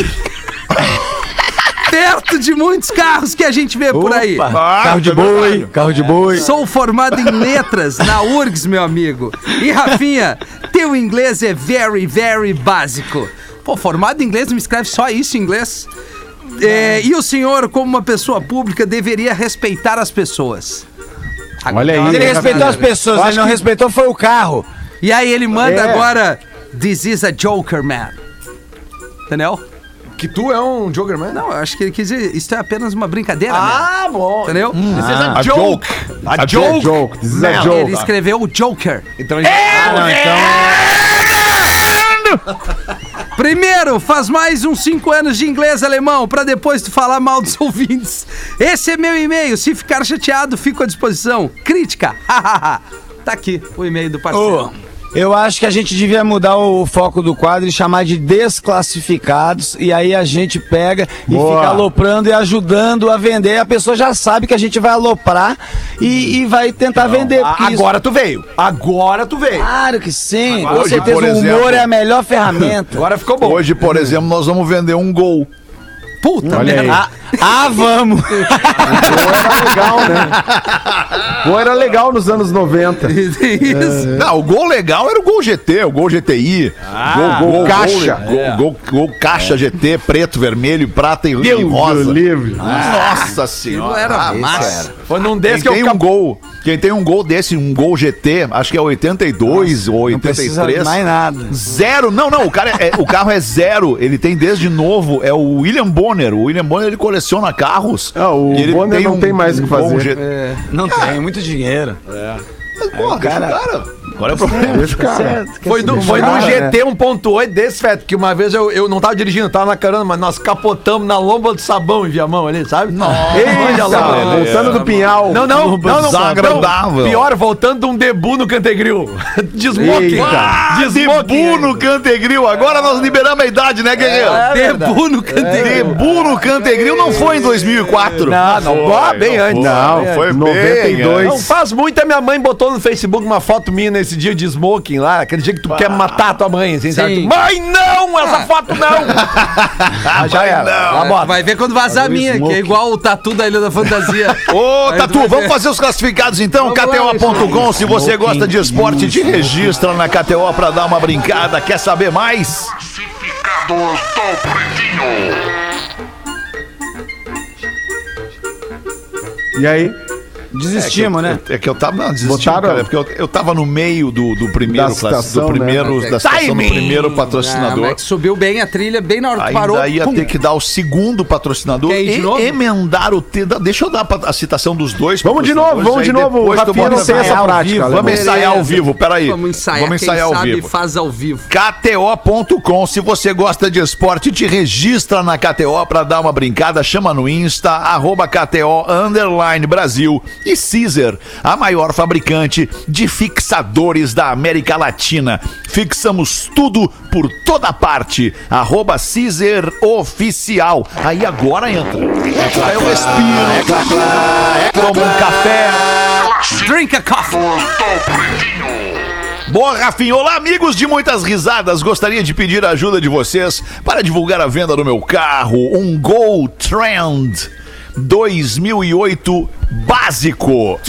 Speaker 6: Perto de muitos carros que a gente vê por aí.
Speaker 5: carro de boi, carro de boi.
Speaker 6: Sou formado em letras na URGS, meu amigo. E Rafinha, teu inglês é very, very básico. Pô, formado em inglês, me escreve só isso em inglês. É, e o senhor, como uma pessoa pública, deveria respeitar as pessoas.
Speaker 8: Olha aí.
Speaker 6: É.
Speaker 5: Mas ele respeitou as pessoas, ele não respeitou foi o carro.
Speaker 6: E aí ele manda
Speaker 8: É.
Speaker 6: agora This is a Joker Man. Entendeu?
Speaker 7: Que tu é um Joker, man.
Speaker 6: Não, eu acho que ele quis dizer, isso é apenas uma brincadeira, man.
Speaker 7: Ah, bom.
Speaker 6: Entendeu?
Speaker 1: Ah. A joke. A joke.
Speaker 8: Joke, this is a
Speaker 6: Ele
Speaker 8: joke.
Speaker 6: escreveu o Joker. É,
Speaker 7: Então ele... Ah, então- não, então...
Speaker 6: Primeiro, faz mais uns 5 anos de inglês alemão, pra depois tu falar mal dos ouvintes. Esse é meu e-mail. Se ficar chateado, fico à disposição. Crítica. tá aqui o e-mail do parceiro.
Speaker 5: Eu acho que a gente devia mudar o foco do quadro e chamar de desclassificados. E aí a gente pega e fica aloprando e ajudando a vender. A pessoa já sabe que a gente vai aloprar e, e vai tentar vender. porque isso-
Speaker 7: Agora tu veio. Agora tu veio.
Speaker 5: Claro que sim.
Speaker 1: Agora,
Speaker 5: Com certeza
Speaker 1: por
Speaker 5: o humor
Speaker 1: exemplo-
Speaker 5: é a melhor ferramenta.
Speaker 7: Agora ficou bom.
Speaker 1: Hoje, por exemplo, nós vamos vender um gol.
Speaker 6: Puta
Speaker 8: Olha aí.
Speaker 5: ah,
Speaker 6: merda.
Speaker 5: ah, vamos!
Speaker 8: legal, né? Pô, era legal nos anos 90.
Speaker 6: Isso.
Speaker 1: Não, o gol legal era o gol GT, o gol GTI.
Speaker 7: Ah,
Speaker 1: gol, gol,
Speaker 8: caixa.
Speaker 1: Gol, gol,
Speaker 7: É.
Speaker 1: gol- gol caixa GT, preto, vermelho, prata e, e
Speaker 8: Deus
Speaker 1: rosa.
Speaker 8: do livre.
Speaker 1: Nossa
Speaker 7: Ah,
Speaker 1: senhora.
Speaker 6: era massa.
Speaker 7: Foi num
Speaker 1: Quem
Speaker 7: desse que eu
Speaker 1: tem um gol, quem tem um gol desse, um gol GT, acho que é 82 ou
Speaker 5: Não precisa
Speaker 1: 83.
Speaker 5: mais nada.
Speaker 1: Zero, não, não, o, cara é- o carro é zero. Ele tem desde novo, é o William Bonner. O William Bonner ele coleciona carros.
Speaker 8: Ah, o
Speaker 1: E ele um
Speaker 8: Bonner não tem mais o que
Speaker 1: bom
Speaker 8: fazer. É.
Speaker 1: jeito.
Speaker 5: É, Não tem, muito dinheiro.
Speaker 1: Mas, pô, deixa o cara. Agora é o problema.
Speaker 8: Deixa o cara.
Speaker 7: Foi no, foi no GT 1.8 desse, Feto, que uma vez eu, eu não tava dirigindo, tava na carona, mas nós capotamos na lomba do sabão em Viamão ali, sabe? Nossa,
Speaker 8: Eita, voltando do Pinhal.
Speaker 7: Não, não, não, não,
Speaker 1: Desagradável.
Speaker 7: não. Pior, voltando de um debu no Cantegril. Desmoque.
Speaker 8: Eita.
Speaker 1: Debu no Cantegril. Agora nós liberamos a idade, né, guerreiro?
Speaker 6: Debu
Speaker 1: É
Speaker 6: no canteiro.
Speaker 1: Debu no Cantegril não foi em 2004.
Speaker 7: Ah, Não, não,
Speaker 1: Foi,
Speaker 7: bem antes.
Speaker 1: Não,
Speaker 8: Não,
Speaker 1: foi bem
Speaker 8: 92.
Speaker 1: antes.
Speaker 7: Não faz muito, a minha mãe botou no Facebook uma foto minha nesse esse dia de smoking lá, aquele dia que tu quer matar a tua mãe, assim, sabe?
Speaker 6: Sim.
Speaker 7: Tu, Mãe, não! Essa foto não! ah, já era. Lá bota.
Speaker 6: Vai ver quando vazar a minha, que é igual o tatu da Ilha da Fantasia.
Speaker 1: Ô,
Speaker 6: Aí tu
Speaker 1: Tatu,
Speaker 6: vai
Speaker 1: vamos
Speaker 6: ver.
Speaker 1: fazer os classificados então?
Speaker 6: Vamos lá,
Speaker 1: KTO.com. Se você gosta de esporte, te registra na KTO pra dar uma brincada. Quer saber mais?
Speaker 9: Classificados do Pretinho.
Speaker 8: E aí?
Speaker 5: Desistimos, né?
Speaker 1: É que eu tava. Não, desisti,
Speaker 8: Botaram-
Speaker 1: cara, é porque eu, eu tava no meio do, do primeiro.
Speaker 8: Da
Speaker 1: classi-
Speaker 8: citação,
Speaker 1: do
Speaker 8: né?
Speaker 1: primeiro,
Speaker 6: Mas é
Speaker 1: da citação do
Speaker 7: timing!
Speaker 1: primeiro
Speaker 6: Ah,
Speaker 1: patrocinador.
Speaker 6: mas subiu bem a trilha, bem na hora que
Speaker 1: Ainda
Speaker 6: parou.
Speaker 1: ia
Speaker 6: pum.
Speaker 1: ter que dar o segundo patrocinador
Speaker 6: Quer ir
Speaker 1: e
Speaker 6: de novo?
Speaker 1: emendar o T. da- Deixa eu dar a citação dos dois.
Speaker 8: Vamos de novo, vamos de novo. O
Speaker 1: Vamos
Speaker 8: Rafinha não tem essa prática.
Speaker 1: Vamos
Speaker 8: alemão.
Speaker 1: ensaiar ao vivo, peraí.
Speaker 6: Vamos ensaiar,
Speaker 1: Vamos ensaiar
Speaker 6: quem
Speaker 1: ao
Speaker 6: sabe
Speaker 1: vivo.
Speaker 6: faz ao vivo.
Speaker 1: KTO.com. Se você gosta de esporte, te registra na KTO pra dar uma brincada. Chama no Insta, arroba KTO underline Brasil e Caesar, a maior fabricante de fixadores da América Latina. Fixamos tudo por toda parte. Arroba Caesar Oficial. Aí agora entra. Aí eu respiro, tomo um café.
Speaker 6: Drink a coffee.
Speaker 9: Do Pretinho.
Speaker 1: Boa, Rafinha. Olá, amigos de muitas risadas. Gostaria de pedir a ajuda de vocês para divulgar a venda do meu carro, um Gol Trend 2008 básico.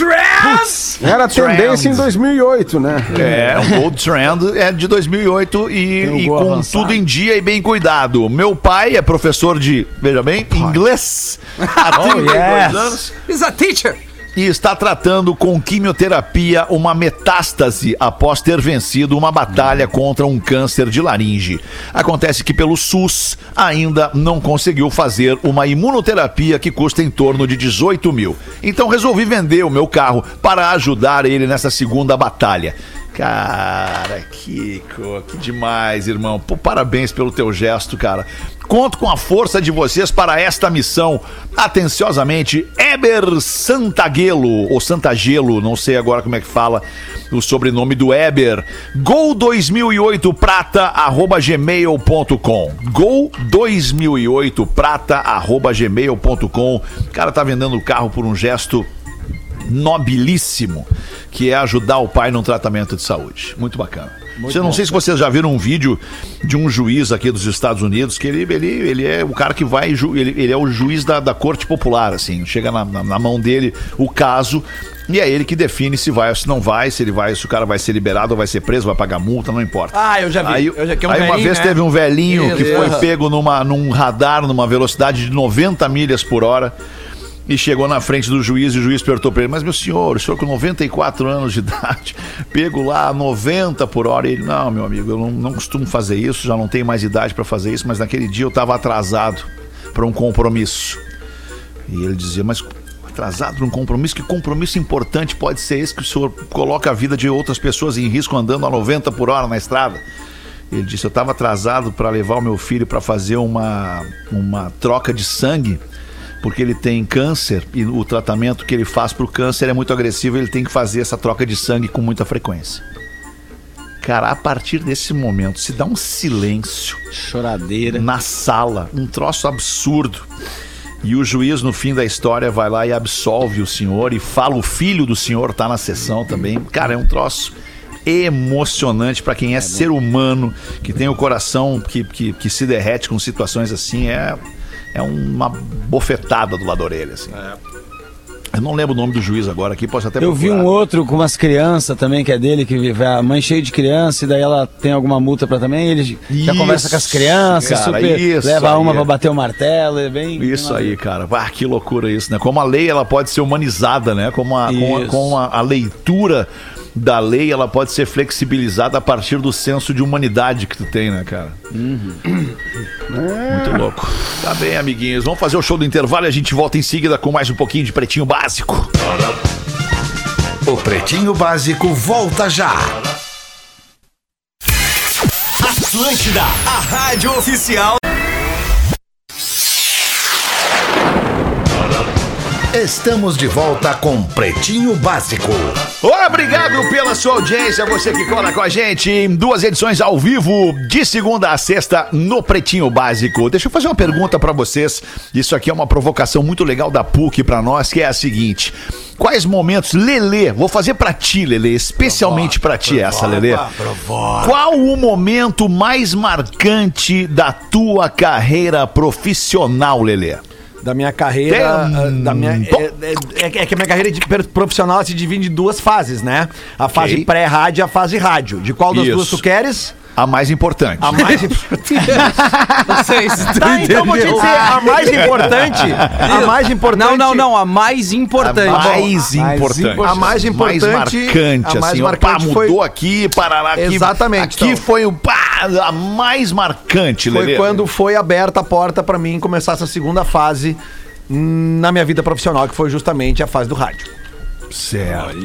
Speaker 8: Era tendência em 2008, né?
Speaker 1: É, um Gold Trend é de 2008 e, e com tudo em dia e bem cuidado. Meu pai é professor de, veja bem, inglês há 32
Speaker 5: yes.
Speaker 1: anos
Speaker 6: Is a teacher.
Speaker 1: e está tratando com quimioterapia uma metástase após ter vencido uma batalha contra um câncer de laringe. Acontece que pelo SUS ainda não conseguiu fazer uma imunoterapia que custa em torno de 18 mil. Então resolvi vender o meu carro para ajudar ele nessa segunda batalha. Cara, Kiko, que demais, irmão. Pô, parabéns pelo teu gesto, cara. Conto com a força de vocês para esta missão. Atenciosamente, Eber Santagelo, ou Santagelo, não sei agora como é que fala o sobrenome do Eber. Gol2008prata@gmail.com. Gol2008prata@gmail.com. O cara tá vendendo o carro por um gesto nobilíssimo, que é ajudar o pai num tratamento de saúde. Muito bacana. Eu não sei se vocês já viram um vídeo de um juiz aqui dos Estados Unidos, que ele, ele, ele é o cara que vai, ju- ele, ele é o juiz da, da corte popular, assim, chega na, na- na mão dele o caso, e é ele que define se vai ou se não vai, se ele vai, se o cara vai ser liberado ou vai ser preso, vai pagar multa, não importa.
Speaker 7: Ah, eu já vi.
Speaker 1: Aí,
Speaker 7: Eu já- que é um
Speaker 1: aí uma
Speaker 7: velhinho,
Speaker 1: vez
Speaker 7: né?
Speaker 1: teve um velhinho que
Speaker 7: Isso.
Speaker 1: foi pego numa, num radar, numa velocidade de 90 milhas por hora. E chegou na frente do juiz e o juiz perguntou pra ele: Mas, meu senhor, o senhor com 94 anos de idade, pego lá a 90 por hora. E ele: Não, meu amigo, eu não, não costumo fazer isso, já não tenho mais idade pra fazer isso, mas naquele dia eu tava atrasado pra um compromisso. E ele dizia: Mas atrasado pra um compromisso? Que compromisso importante pode ser esse que o senhor coloca a vida de outras pessoas em risco andando a 90 por hora na estrada? Ele disse: Eu estava atrasado para levar o meu filho para fazer uma, uma troca de sangue, porque ele tem câncer e o tratamento que ele faz para o câncer é muito agressivo ele tem que fazer essa troca de sangue com muita frequência. Cara, a partir desse momento, se dá um silêncio
Speaker 5: Choradeira.
Speaker 1: na sala, um troço absurdo. E o juiz, no fim da história, vai lá e absolve o senhor e fala: o filho do senhor tá na sessão também. Cara, é um troço emocionante pra quem é ser humano, que tem o coração que, que, que se derrete com situações assim. É, é uma bofetada do lado da orelha. Assim. Eu não lembro o nome do juiz agora aqui, posso até
Speaker 5: É. Eu vi
Speaker 1: procurar.
Speaker 5: um outro com umas crianças também, que é dele, que vive a mãe cheia de criança, e daí ela tem alguma multa pra também, ele já
Speaker 1: Isso,
Speaker 5: conversa com as crianças,
Speaker 1: cara,
Speaker 5: super,
Speaker 1: isso
Speaker 5: leva uma
Speaker 1: aí.
Speaker 5: pra bater o martelo, é bem...
Speaker 1: Isso
Speaker 5: bem
Speaker 1: aí, cara. Ah, que loucura isso, né? Como a lei ela pode ser humanizada, né? Como a, com, a,
Speaker 5: Isso.
Speaker 1: com a- a leitura da lei ela pode ser flexibilizada a partir do senso de humanidade que tu tem, né, cara? É. Muito louco. Tá bem, amiguinhos. Vamos fazer o show do intervalo e a gente volta em seguida com mais um pouquinho de Pretinho Básico.
Speaker 4: O Pretinho Básico volta já. Estamos de volta com Pretinho Básico.
Speaker 1: Obrigado pela sua audiência, você que cola com a gente em duas edições ao vivo, de segunda a sexta, no Pretinho Básico. Deixa eu fazer uma pergunta pra vocês. Isso aqui é uma provocação muito legal da PUC pra nós, que é a seguinte: Quais momentos, Lelê, vou fazer pra ti, Lelê, especialmente pra ti essa, Lelê. Qual o momento mais marcante da tua carreira profissional, Lelê?
Speaker 7: Da minha carreira.
Speaker 1: Tem-
Speaker 7: ah, Da minha, é, é- é que- é que a minha carreira de per- profissional ela se divide em duas fases, né? A fase
Speaker 1: Ok.
Speaker 7: pré-rádio e a fase rádio. De qual das
Speaker 1: Isso.
Speaker 7: duas tu queres?
Speaker 1: A mais importante.
Speaker 7: A mais
Speaker 6: Não sei se tu
Speaker 7: Tá, então vou te
Speaker 6: entendeu.
Speaker 7: dizer, a mais importante. A mais importante.
Speaker 6: Não, não, não. A mais importante.
Speaker 1: A mais importante.
Speaker 7: importante. A mais importante,
Speaker 1: marcante,
Speaker 7: a mais
Speaker 1: assim. ó,
Speaker 7: marcante
Speaker 1: pá,
Speaker 7: foi-
Speaker 1: mudou aqui, parará aqui.
Speaker 7: Exatamente,
Speaker 1: Aqui
Speaker 7: então.
Speaker 1: foi o pá, a mais marcante,
Speaker 7: Foi
Speaker 1: Lelê.
Speaker 7: quando foi aberta a porta pra mim começar essa segunda fase hum, na minha vida profissional, que foi justamente a fase do rádio.
Speaker 1: Certo.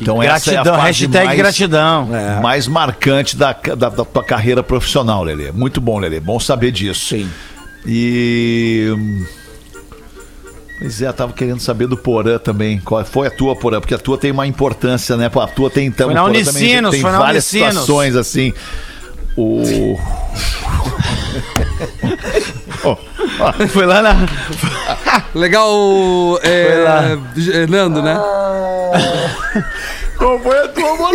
Speaker 5: Então
Speaker 1: Então essa é
Speaker 5: gratidão,
Speaker 1: a fase
Speaker 5: hashtag
Speaker 1: mais, É.
Speaker 5: gratidão.
Speaker 1: mais marcante da, da, da tua carreira profissional, Lelê. Muito bom, Lelê. Bom saber disso. Sim. E... hum, Pois é, eu tava querendo saber do Porã também. Qual foi a tua, Porã? Porque a tua tem uma importância, né? A tua tem então.
Speaker 5: Foi na
Speaker 1: o Porã também
Speaker 5: Unicinos,
Speaker 1: tem
Speaker 5: foi na
Speaker 1: várias
Speaker 5: Unicinos.
Speaker 1: situações assim. O.
Speaker 5: Foi lá na.
Speaker 6: Legal, é, eh, Nando, né?
Speaker 1: Ah. Qual foi a tua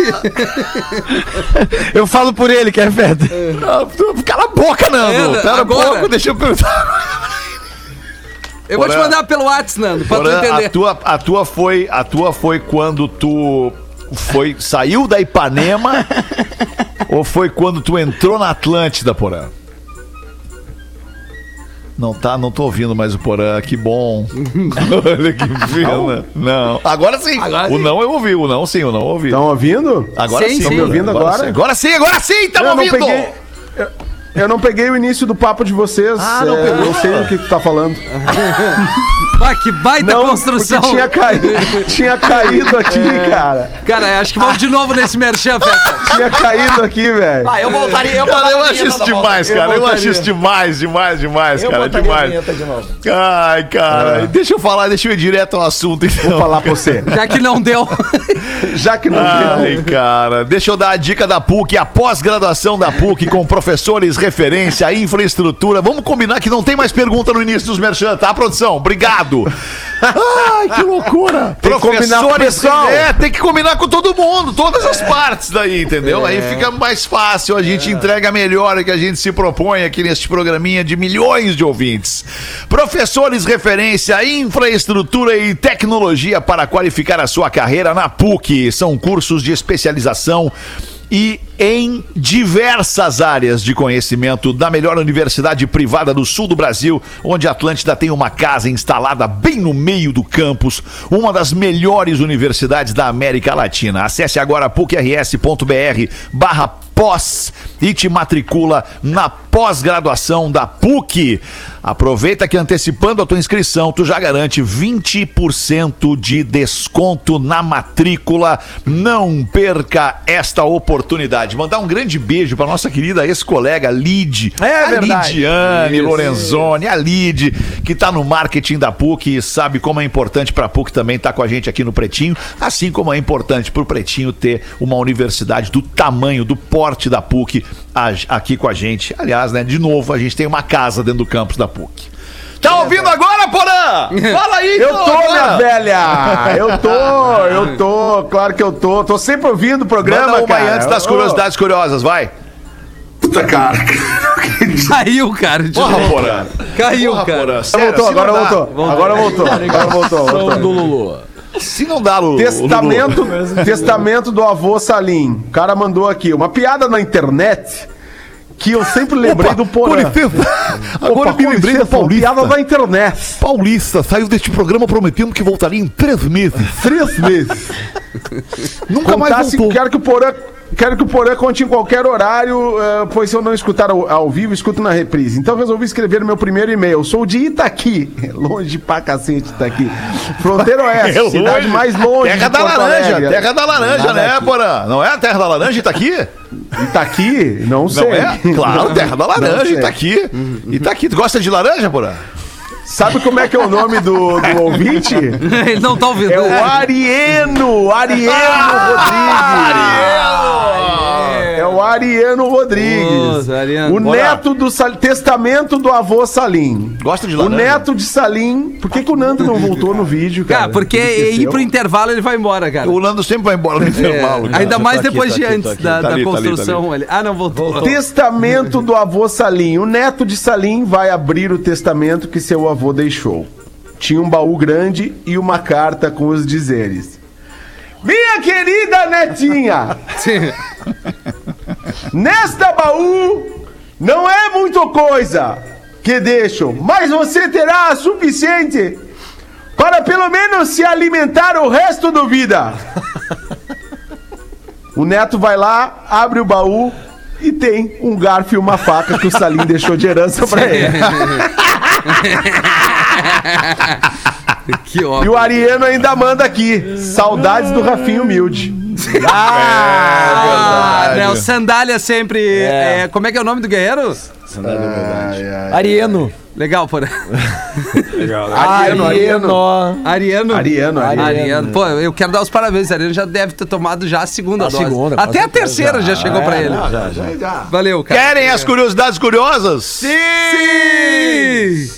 Speaker 5: Eu falo por ele, que é feta.
Speaker 1: Ah, Cala a boca, Nando!
Speaker 6: É,
Speaker 1: Pera um
Speaker 6: agora.
Speaker 1: pouco, deixa eu perguntar.
Speaker 6: Eu vou te
Speaker 1: Porã.
Speaker 6: mandar pelo WhatsApp, Nando, pra tu
Speaker 1: Porã, a
Speaker 6: entender.
Speaker 1: tua, a tua foi, a tua foi quando tu foi saiu da Ipanema ou foi quando tu entrou na Atlântida, Porã? Não tá, não tô ouvindo mais o Porã, que bom. Olha que pena. Não. Agora sim. o não eu ouvi, o não sim, o não eu ouvi.
Speaker 8: Estão ouvindo?
Speaker 1: agora
Speaker 6: Sim,
Speaker 1: sim,
Speaker 6: sim.
Speaker 1: Porã,
Speaker 8: Ouvindo agora?
Speaker 1: sim. Agora sim, agora sim, estamos
Speaker 8: Eu não
Speaker 1: ouvindo.
Speaker 8: peguei. eu- Eu não peguei o início do papo de vocês.
Speaker 1: Ah,
Speaker 8: é, eu sei o que tu tá falando.
Speaker 6: Ah, que baita
Speaker 8: Não,
Speaker 6: construção.
Speaker 8: porque tinha caído, tinha caído aqui,
Speaker 1: É.
Speaker 8: cara.
Speaker 6: Cara, acho que vamos de novo nesse merchan, Feta.
Speaker 8: Tinha caído aqui, velho.
Speaker 7: eu voltaria,
Speaker 1: Cara, eu acho isso demais, cara. Eu acho isso demais, demais, demais, cara. Demais. Ai, cara. Deixa eu falar, deixa eu ir direto ao assunto. Então.
Speaker 8: Vou falar pra você.
Speaker 6: Já que não deu.
Speaker 8: Já que
Speaker 1: Ah.
Speaker 8: não deu.
Speaker 1: Ai, cara, deixa eu dar a dica da PUC, a pós-graduação da PUC, com professores, referência, infraestrutura. Vamos combinar que não tem mais pergunta no início dos merchan, tá, produção? Obrigado. Ai, que loucura.
Speaker 8: Tem que combinar com o
Speaker 1: Professores,
Speaker 8: pessoal.
Speaker 1: é, tem que combinar com todo mundo, todas
Speaker 8: É.
Speaker 1: as partes daí, entendeu? Aí fica mais fácil, a gente entrega melhor o que a gente se propõe aqui neste programinha de milhões de ouvintes. Professores, referência, infraestrutura e tecnologia para qualificar a sua carreira na PUC. São cursos de especialização e em diversas áreas de conhecimento da melhor universidade privada do sul do Brasil, onde a Atlântida tem uma casa instalada bem no meio do campus, uma das melhores universidades da América Latina. Acesse agora pucrs.br barra pós e te matricula na pós-graduação da PUC. Aproveita que antecipando a tua inscrição, tu já garante 20% de desconto na matrícula. Não perca esta oportunidade. Mandar um grande beijo para nossa querida ex-colega Lid.
Speaker 7: É
Speaker 1: a
Speaker 7: verdade.
Speaker 1: Lidiane Lorenzoni, a Lid, que tá no marketing da PUC e sabe como é importante para a PUC também estar com a gente aqui no Pretinho, assim como é importante para o Pretinho ter uma universidade do tamanho, do porte da PUC a- aqui com a gente. Aliás, né, de novo, a gente tem uma casa dentro do campus da PUC. Tá ouvindo agora, Porã? Fala aí,
Speaker 8: Eu
Speaker 1: então,
Speaker 8: tô,
Speaker 1: agora.
Speaker 8: minha velha! Eu tô, eu tô, claro que eu tô. Tô sempre ouvindo o programa,
Speaker 1: Manda uma aí
Speaker 8: cara.
Speaker 1: antes das
Speaker 8: Ô,
Speaker 1: curiosidades curiosas, vai.
Speaker 9: Puta cara.
Speaker 6: Caiu, cara. de
Speaker 1: Porra,
Speaker 6: novo.
Speaker 1: Porã.
Speaker 6: Caiu,
Speaker 1: Porra,
Speaker 6: cara.
Speaker 1: Porã.
Speaker 8: Agora
Speaker 1: Sério,
Speaker 8: voltou,
Speaker 1: se não
Speaker 8: agora
Speaker 1: dá-
Speaker 8: voltou. Agora voltou, agora voltou. voltou.
Speaker 1: Se não dá, Lu.
Speaker 8: Testamento, testamento do avô Salim. O cara mandou aqui uma piada na internet que eu sempre lembrei do Porã.
Speaker 1: Agora eu me lembrei do Paulista.
Speaker 8: Piada na internet.
Speaker 1: Paulista saiu deste programa prometendo que voltaria em três meses.
Speaker 8: Três meses.
Speaker 1: Nunca Tá mais um
Speaker 8: Contasse,
Speaker 1: voltou.
Speaker 8: quero que o Porã. Quero que o Porã conte em qualquer horário, eh, pois se eu não escutar ao, ao vivo, escuto na reprise. Então resolvi escrever meu primeiro e-mail. Sou de Itaqui. É Longe pra cacete, Itaqui. Fronteira Oeste,
Speaker 1: É
Speaker 8: cidade
Speaker 1: longe.
Speaker 8: mais longe.
Speaker 1: Terra
Speaker 8: de
Speaker 1: da
Speaker 8: Porto
Speaker 1: laranja,
Speaker 8: Alegre.
Speaker 1: terra da laranja, né, Porã? Não é a terra da laranja Itaqui?
Speaker 8: Itaqui? Não sei.
Speaker 1: Não é? Claro, terra da
Speaker 8: Não
Speaker 1: laranja tá
Speaker 8: sei.
Speaker 1: Itaqui. Itaqui. Tu gosta de laranja, Porã?
Speaker 8: Sabe como é que é o nome do, do ouvinte?
Speaker 6: Ele não tá ouvindo.
Speaker 8: É o Arieno, Arieno
Speaker 1: Ah!
Speaker 8: Rodrigues. É o Ariano Rodrigues.
Speaker 6: Pô, Ariano.
Speaker 8: O neto do Sal... testamento do avô Salim.
Speaker 7: Gosta de
Speaker 6: né?
Speaker 8: O
Speaker 7: laranja?
Speaker 8: neto de Salim. Por que, que o Nando não voltou no vídeo, cara?
Speaker 6: Cara, porque é
Speaker 8: Ele
Speaker 6: ir pro
Speaker 8: esqueceu.
Speaker 6: intervalo ele vai embora, cara.
Speaker 1: O Lando sempre vai embora né, no
Speaker 6: É,
Speaker 1: intervalo. cara.
Speaker 6: ainda mais depois de
Speaker 7: aqui, tô aqui,
Speaker 6: antes
Speaker 7: tô aqui.
Speaker 6: da,
Speaker 1: Tá
Speaker 6: da
Speaker 1: ali, tá ali,
Speaker 6: construção.
Speaker 1: tá
Speaker 6: ele- Ah, não, voltou.
Speaker 8: Testamento do avô Salim. O neto de Salim vai abrir o testamento que seu avô deixou. Tinha um baú grande e uma carta com os dizeres. Minha querida netinha, Nesta baú não é muita coisa que deixo, mas você terá suficiente para pelo menos se alimentar o resto da vida. O neto vai lá, abre o baú e tem um garfo e uma faca que o Salim deixou de herança pra ele.
Speaker 6: Que
Speaker 8: E
Speaker 6: óbvio.
Speaker 8: o Ariano ainda manda aqui. Saudades do Rafinho Humilde.
Speaker 1: É
Speaker 6: Ah, não, sandália sempre. é, como é que é o nome do guerreiro?
Speaker 7: Arieno.
Speaker 6: Legal, porra.
Speaker 7: Arieno.
Speaker 6: Ariano.
Speaker 8: Ariano, Ariano.
Speaker 6: Ariano. Pô, eu quero dar os parabéns. Ariano já deve ter tomado já a segunda dose.
Speaker 7: segunda, com
Speaker 6: Até a
Speaker 7: certeza.
Speaker 6: terceira já chegou pra ele. Valeu, cara.
Speaker 1: Querem as curiosidades curiosas?
Speaker 6: Sim!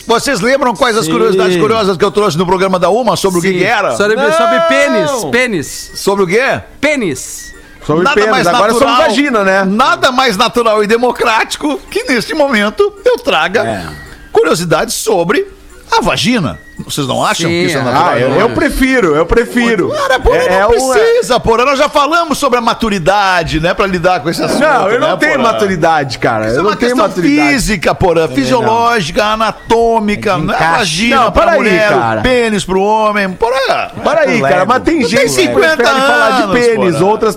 Speaker 1: Vocês lembram quais as curiosidades curiosas que eu trouxe no programa da Uma sobre o que, que era?
Speaker 6: Sobre, sobre pênis. Pênis.
Speaker 1: Sobre o quê?
Speaker 6: Pênis.
Speaker 8: Sobre pênis, agora são vagina, né?
Speaker 1: Nada mais natural e democrático que neste momento eu traga
Speaker 8: É.
Speaker 1: curiosidades sobre a vagina. Vocês não acham
Speaker 6: Sim,
Speaker 1: que isso é
Speaker 6: ah,
Speaker 1: natural?
Speaker 8: Ah, eu, eu prefiro, eu prefiro.
Speaker 1: Cara, porra,
Speaker 8: É- é
Speaker 1: não
Speaker 8: um-
Speaker 1: precisa, porra. Nós já falamos sobre a maturidade, né? Pra lidar com esse assunto.
Speaker 8: Não, eu
Speaker 1: né,
Speaker 8: não tenho
Speaker 1: porã?
Speaker 8: maturidade, cara.
Speaker 1: Isso é
Speaker 8: eu
Speaker 1: uma
Speaker 8: não tenho
Speaker 1: questão
Speaker 8: maturidade. É
Speaker 1: física, porra. Fisiológica, anatômica, né?
Speaker 8: encaixe.
Speaker 1: vagina
Speaker 8: Não,
Speaker 1: pra
Speaker 8: para aí,
Speaker 1: mulher,
Speaker 8: cara.
Speaker 1: o pênis pro homem. Porra.
Speaker 8: Para aí, cara, mas tem gente que
Speaker 1: 50
Speaker 8: prefere falar de
Speaker 1: anos,
Speaker 8: pênis,
Speaker 1: porra.
Speaker 8: outras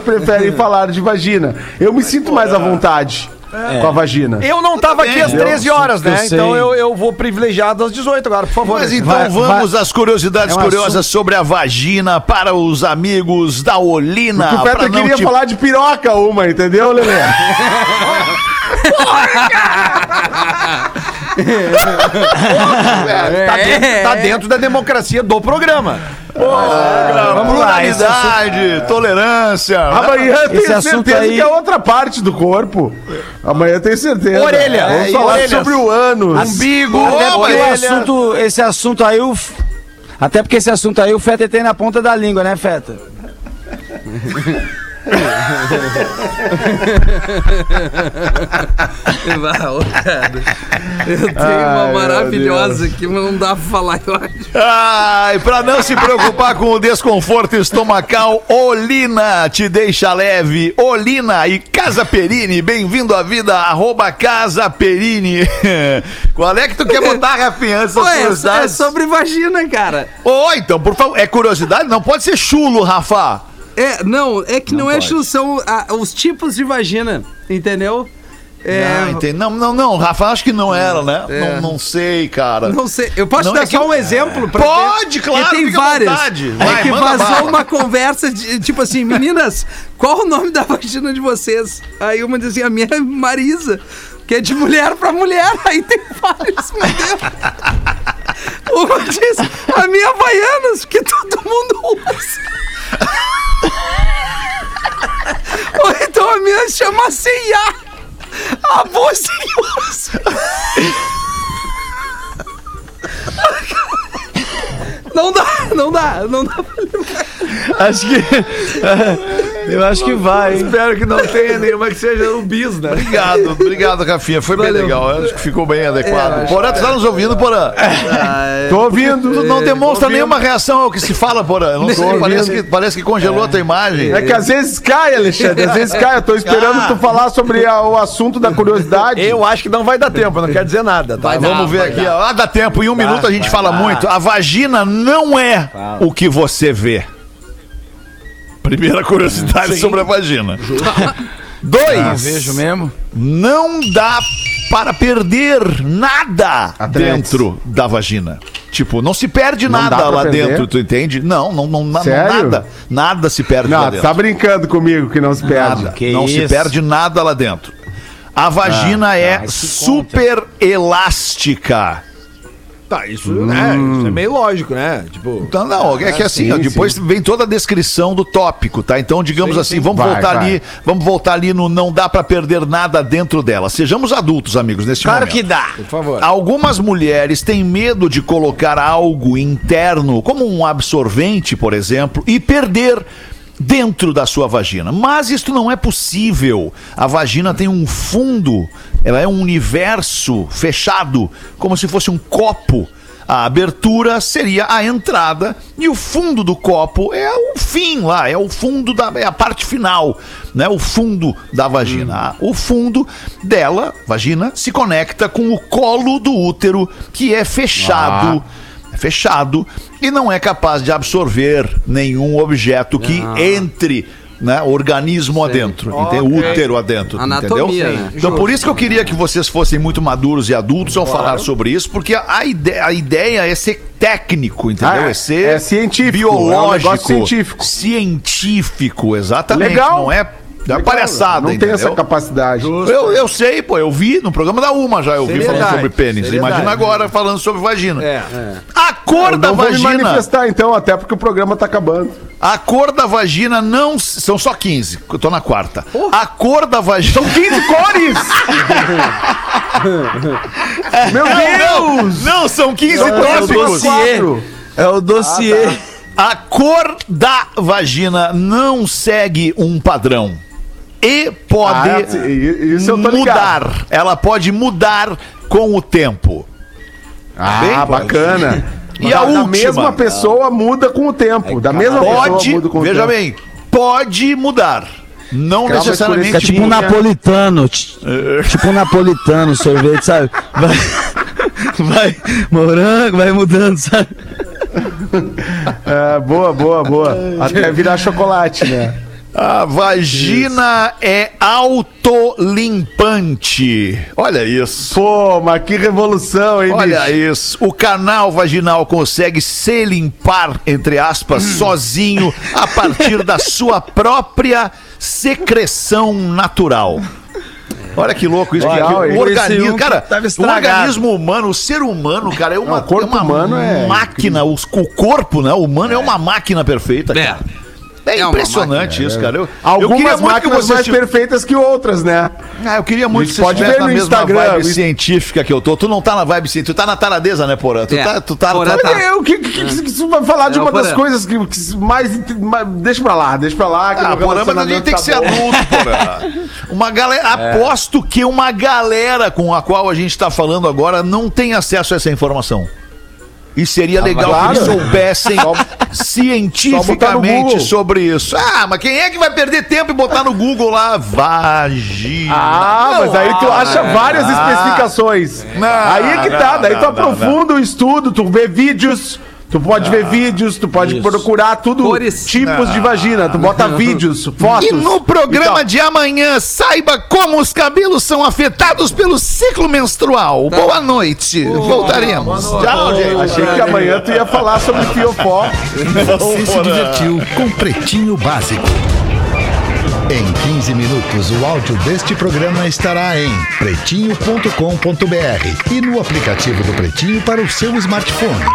Speaker 8: preferem falar de vagina. Eu me sinto mais à vontade
Speaker 1: É.
Speaker 8: com a vagina.
Speaker 7: Eu não tava
Speaker 8: é
Speaker 7: aqui às 13 horas,
Speaker 5: Eu
Speaker 7: né?
Speaker 5: sei.
Speaker 7: Então eu, eu vou privilegiado às 18 agora, por favor.
Speaker 1: Mas
Speaker 7: né?
Speaker 1: então vamos às
Speaker 7: É
Speaker 1: curiosidades
Speaker 7: um
Speaker 1: curiosas sobre a vagina para os amigos da Olina.
Speaker 8: Porque o
Speaker 1: Ah, pra
Speaker 8: Petra
Speaker 1: não
Speaker 8: queria
Speaker 1: te-
Speaker 8: falar de piroca uma, entendeu, Lelê?
Speaker 7: Tá dentro, tá dentro da democracia do programa. Ah,
Speaker 1: Vamos lá, pluralidade, tolerância.
Speaker 8: Amanhã eu tenho
Speaker 5: assunto
Speaker 8: certeza
Speaker 5: aí-
Speaker 8: que é outra parte do corpo. Amanhã eu tenho certeza.
Speaker 7: Orelha.
Speaker 8: Vamos
Speaker 7: É, e
Speaker 8: falar
Speaker 7: orelhas.
Speaker 8: sobre o ânus.
Speaker 7: Umbigo,
Speaker 5: Até porque o
Speaker 7: orelha.
Speaker 5: assunto, esse assunto aí, o. F- Até porque esse assunto aí o Feta tem na ponta da língua, né, Feta?
Speaker 6: Vai, Ah, ô, cara. Eu tenho uma maravilhosa que não dá pra falar, eu acho.
Speaker 1: Ai, pra não se preocupar com o desconforto estomacal, Olina te deixa leve. Olina e Casa Perini, bem-vindo à vida, arroba Casa Perini. Qual é que tu quer botar, Rafinha? Essas
Speaker 6: Pô, é, é
Speaker 1: curiosidades?
Speaker 6: sobre vagina, cara.
Speaker 1: Ô, então, por favor, é curiosidade? Não pode ser chulo, Rafa.
Speaker 6: É, não, é que não, é chu- são ah, os tipos de vagina, entendeu? É,
Speaker 1: Ah, entendi. Não, não, não, Rafa, acho que
Speaker 8: É,
Speaker 1: não era, né? Não, não sei, cara.
Speaker 6: Não sei. Eu posso
Speaker 1: Não,
Speaker 6: dar
Speaker 1: é que
Speaker 6: só
Speaker 1: eu-
Speaker 6: um exemplo pra
Speaker 1: Pode, claro,
Speaker 6: E tem
Speaker 1: fica à
Speaker 6: várias.
Speaker 1: vontade. Vai,
Speaker 6: é que
Speaker 1: manda
Speaker 6: vazou
Speaker 1: bala.
Speaker 6: uma conversa de tipo assim, meninas, qual o nome da vagina de vocês? Aí uma dizia, a minha é Marisa, que é de mulher pra mulher. Aí tem várias, meu Deus. Uma diz, a minha é Baianas, porque todo mundo usa. Ou então a minha chama C&A. A boa senhora. Não dá, não dá, não dá.
Speaker 7: Acho que. eu acho que vai. Espero que não tenha nenhuma que seja um bis, né?
Speaker 1: Obrigado, obrigado, Rafinha. Foi bem legal. Acho que ficou bem adequado. Porã, tu tá nos ouvindo, Porã?
Speaker 8: Tô ouvindo.
Speaker 1: Tu não demonstra nenhuma reação ao que se fala, Porã. Eu Não sei, parece que, parece que congelou a tua imagem.
Speaker 8: É que às vezes cai, Alexandre. Às vezes cai. Eu tô esperando
Speaker 1: Ah.
Speaker 8: tu falar sobre a- o assunto da curiosidade.
Speaker 7: Eu acho que não vai dar tempo, não quer dizer nada. Tá?
Speaker 1: Vamos ver aqui. ó. Ah, dá tempo. Em um minuto a gente fala muito. A vagina não é o que você vê. Primeira curiosidade sobre a vagina. É Dois.
Speaker 5: Ah, Vejo mesmo.
Speaker 1: Não dá para perder nada dentro da vagina. Tipo, não se perde
Speaker 8: dá
Speaker 1: nada
Speaker 8: pra
Speaker 1: lá
Speaker 8: perder?
Speaker 1: dentro, tu entende? Não, não, não, não
Speaker 8: Sério?
Speaker 1: nada. Nada se perde lá
Speaker 8: Não, tu
Speaker 1: dentro.
Speaker 8: tá brincando comigo que não se perde.
Speaker 1: Nada. não se perde nada lá
Speaker 8: Ah, tá.
Speaker 1: dentro. A vagina é super elástica.
Speaker 7: Tá, isso, né, isso é meio lógico, né? Tipo,
Speaker 1: Então, não, é
Speaker 9: Ah,
Speaker 1: que assim, ó, depois vem toda a descrição do tópico, tá? Então, digamos assim, vamos
Speaker 9: Vai,
Speaker 1: voltar
Speaker 9: vai.
Speaker 1: ali, vamos voltar ali no não dá pra perder nada dentro dela. Sejamos adultos, amigos, nesse
Speaker 5: Claro
Speaker 1: momento.
Speaker 5: que dá.
Speaker 7: por favor.
Speaker 1: Algumas mulheres têm medo de colocar algo interno, como um absorvente, por exemplo, e perder dentro da sua vagina. Mas isto não é possível. A vagina tem um fundo, ela é um universo fechado, como se fosse um copo. A abertura seria a entrada e o fundo do copo é o fim lá, é o fundo da é a parte final, né? O fundo da vagina. Ah,
Speaker 6: Hum.
Speaker 1: O fundo dela, vagina, se conecta com o colo do útero que é fechado,
Speaker 6: Ah.
Speaker 1: é fechado e não é capaz de absorver nenhum objeto que
Speaker 6: Ah.
Speaker 1: entre né, organismo adentro, entendeu? útero adentro,
Speaker 6: Anatomia,
Speaker 1: entendeu?
Speaker 6: né?
Speaker 1: Então por isso que eu queria que vocês fossem muito maduros e adultos ao falar sobre isso, porque a ideia, a ideia é ser técnico, entendeu?
Speaker 8: Ah,
Speaker 1: é ser
Speaker 8: é científico, é um
Speaker 1: biológico,
Speaker 8: negócio científico.
Speaker 1: científico, exatamente.
Speaker 8: Legal.
Speaker 1: Não é, não é palhaçada,
Speaker 8: Não tem essa
Speaker 1: entendeu?
Speaker 8: capacidade.
Speaker 1: Eu, eu sei, pô, eu vi no programa da Uma já, eu vi
Speaker 7: Seriedade,
Speaker 1: falando sobre pênis.
Speaker 7: seriedade.
Speaker 1: Imagina agora falando sobre vagina.
Speaker 7: É,
Speaker 1: A cor
Speaker 8: Eu
Speaker 1: da
Speaker 8: não vou me
Speaker 1: vagina.
Speaker 8: manifestar então, até porque o programa tá acabando.
Speaker 1: A cor da vagina não. São só 15. Eu tô na quarta. A cor da vagina. São 15 cores! Meu Deus! Não, são 15 tópicos.
Speaker 5: É o dossiê.
Speaker 1: A cor da vagina não segue um padrão. E pode
Speaker 8: Ah, sim, i- isso eu tô ligado.
Speaker 1: mudar. Ela pode mudar com o tempo.
Speaker 8: Ah, bacana.
Speaker 1: E a
Speaker 8: Da- da
Speaker 1: última?
Speaker 8: mesma pessoa muda com o tempo. Da mesma
Speaker 1: Pode,
Speaker 8: pessoa muda com o
Speaker 1: veja
Speaker 8: tempo.
Speaker 1: bem, pode mudar. Não
Speaker 8: Cara, mas por
Speaker 1: necessariamente
Speaker 8: isso
Speaker 5: É tipo um napolitano. ti- Tipo um napolitano, sorvete, sabe? Vai, vai morango, vai mudando, sabe?
Speaker 8: É, boa, boa, boa. Até virar chocolate, né?
Speaker 1: A vagina é autolimpante. Olha isso.
Speaker 8: Pô, mas que revolução, hein,
Speaker 1: Olha
Speaker 8: bicho?
Speaker 1: isso. O canal vaginal consegue se limpar, entre aspas, sozinho, a partir da sua própria secreção natural. Olha que louco isso.
Speaker 8: Legal,
Speaker 1: que,
Speaker 8: hein?
Speaker 1: o
Speaker 5: Esse
Speaker 1: organismo,
Speaker 5: um
Speaker 1: cara,
Speaker 5: tava
Speaker 1: o
Speaker 5: estragado.
Speaker 1: organismo humano, o ser humano, cara, é uma,
Speaker 8: o corpo
Speaker 1: é uma
Speaker 8: humano é
Speaker 1: máquina. os- o corpo, né? O humano é, uma máquina perfeita. cara. É,
Speaker 6: É uma
Speaker 1: impressionante isso, cara. Eu, eu queria
Speaker 8: Algumas
Speaker 1: muito que
Speaker 8: máquinas
Speaker 1: vocês
Speaker 8: mais
Speaker 1: tivessem-
Speaker 8: perfeitas que outras, né?
Speaker 1: ah, eu queria muito que
Speaker 8: A gente
Speaker 1: você
Speaker 8: pode
Speaker 1: estivesse
Speaker 8: ver
Speaker 1: na
Speaker 8: no
Speaker 1: mesma
Speaker 8: Instagram,
Speaker 1: vibe
Speaker 8: isso-
Speaker 1: científica que eu tô. Tu não tá na vibe científica, tu tá na taradeza, né, Porã? Tu
Speaker 6: É.
Speaker 1: tá, tu tá,
Speaker 6: Porã
Speaker 1: tá-
Speaker 6: tá-
Speaker 8: Olha, eu que, que, que, que isso vai falar de
Speaker 6: É,
Speaker 8: uma
Speaker 6: Porã.
Speaker 8: das coisas que, que mais, mais- Deixa pra lá, deixa pra lá. Que
Speaker 1: Ah,
Speaker 8: meu
Speaker 1: Porã, mas a gente
Speaker 8: relacionamento
Speaker 1: tem que
Speaker 8: tá
Speaker 1: ser
Speaker 8: bom.
Speaker 1: adulto, Porã. Uma galera, aposto que uma galera com a qual a gente tá falando agora não tem acesso a essa informação. E seria legal
Speaker 8: claro.
Speaker 1: que eles soubessem
Speaker 8: só botar no
Speaker 1: cientificamente
Speaker 8: Google.
Speaker 1: sobre isso. Ah, mas quem é que vai perder tempo e botar no Google lá? Vagina.
Speaker 8: Ah, mas aí tu acha várias especificações.
Speaker 1: Ah, Não,
Speaker 8: aí é que tá,
Speaker 1: não,
Speaker 8: daí tu
Speaker 1: não, Ah,
Speaker 8: aprofunda o estudo, tu vê vídeos, tu pode ver vídeos, tu pode procurar tudo,
Speaker 6: Cores.
Speaker 8: tipos de vagina, tu bota vídeos, fotos.
Speaker 1: E no programa de amanhã, saiba como os cabelos são afetados pelo ciclo menstrual. Boa noite. Voltaremos. Tchau, gente.
Speaker 8: Achei que amanhã tu ia falar sobre fiofó.
Speaker 4: Você se divertiu com Pretinho Básico. Em 15 minutos, o áudio deste programa estará em pretinho.com.br e no aplicativo do Pretinho para o seu smartphone.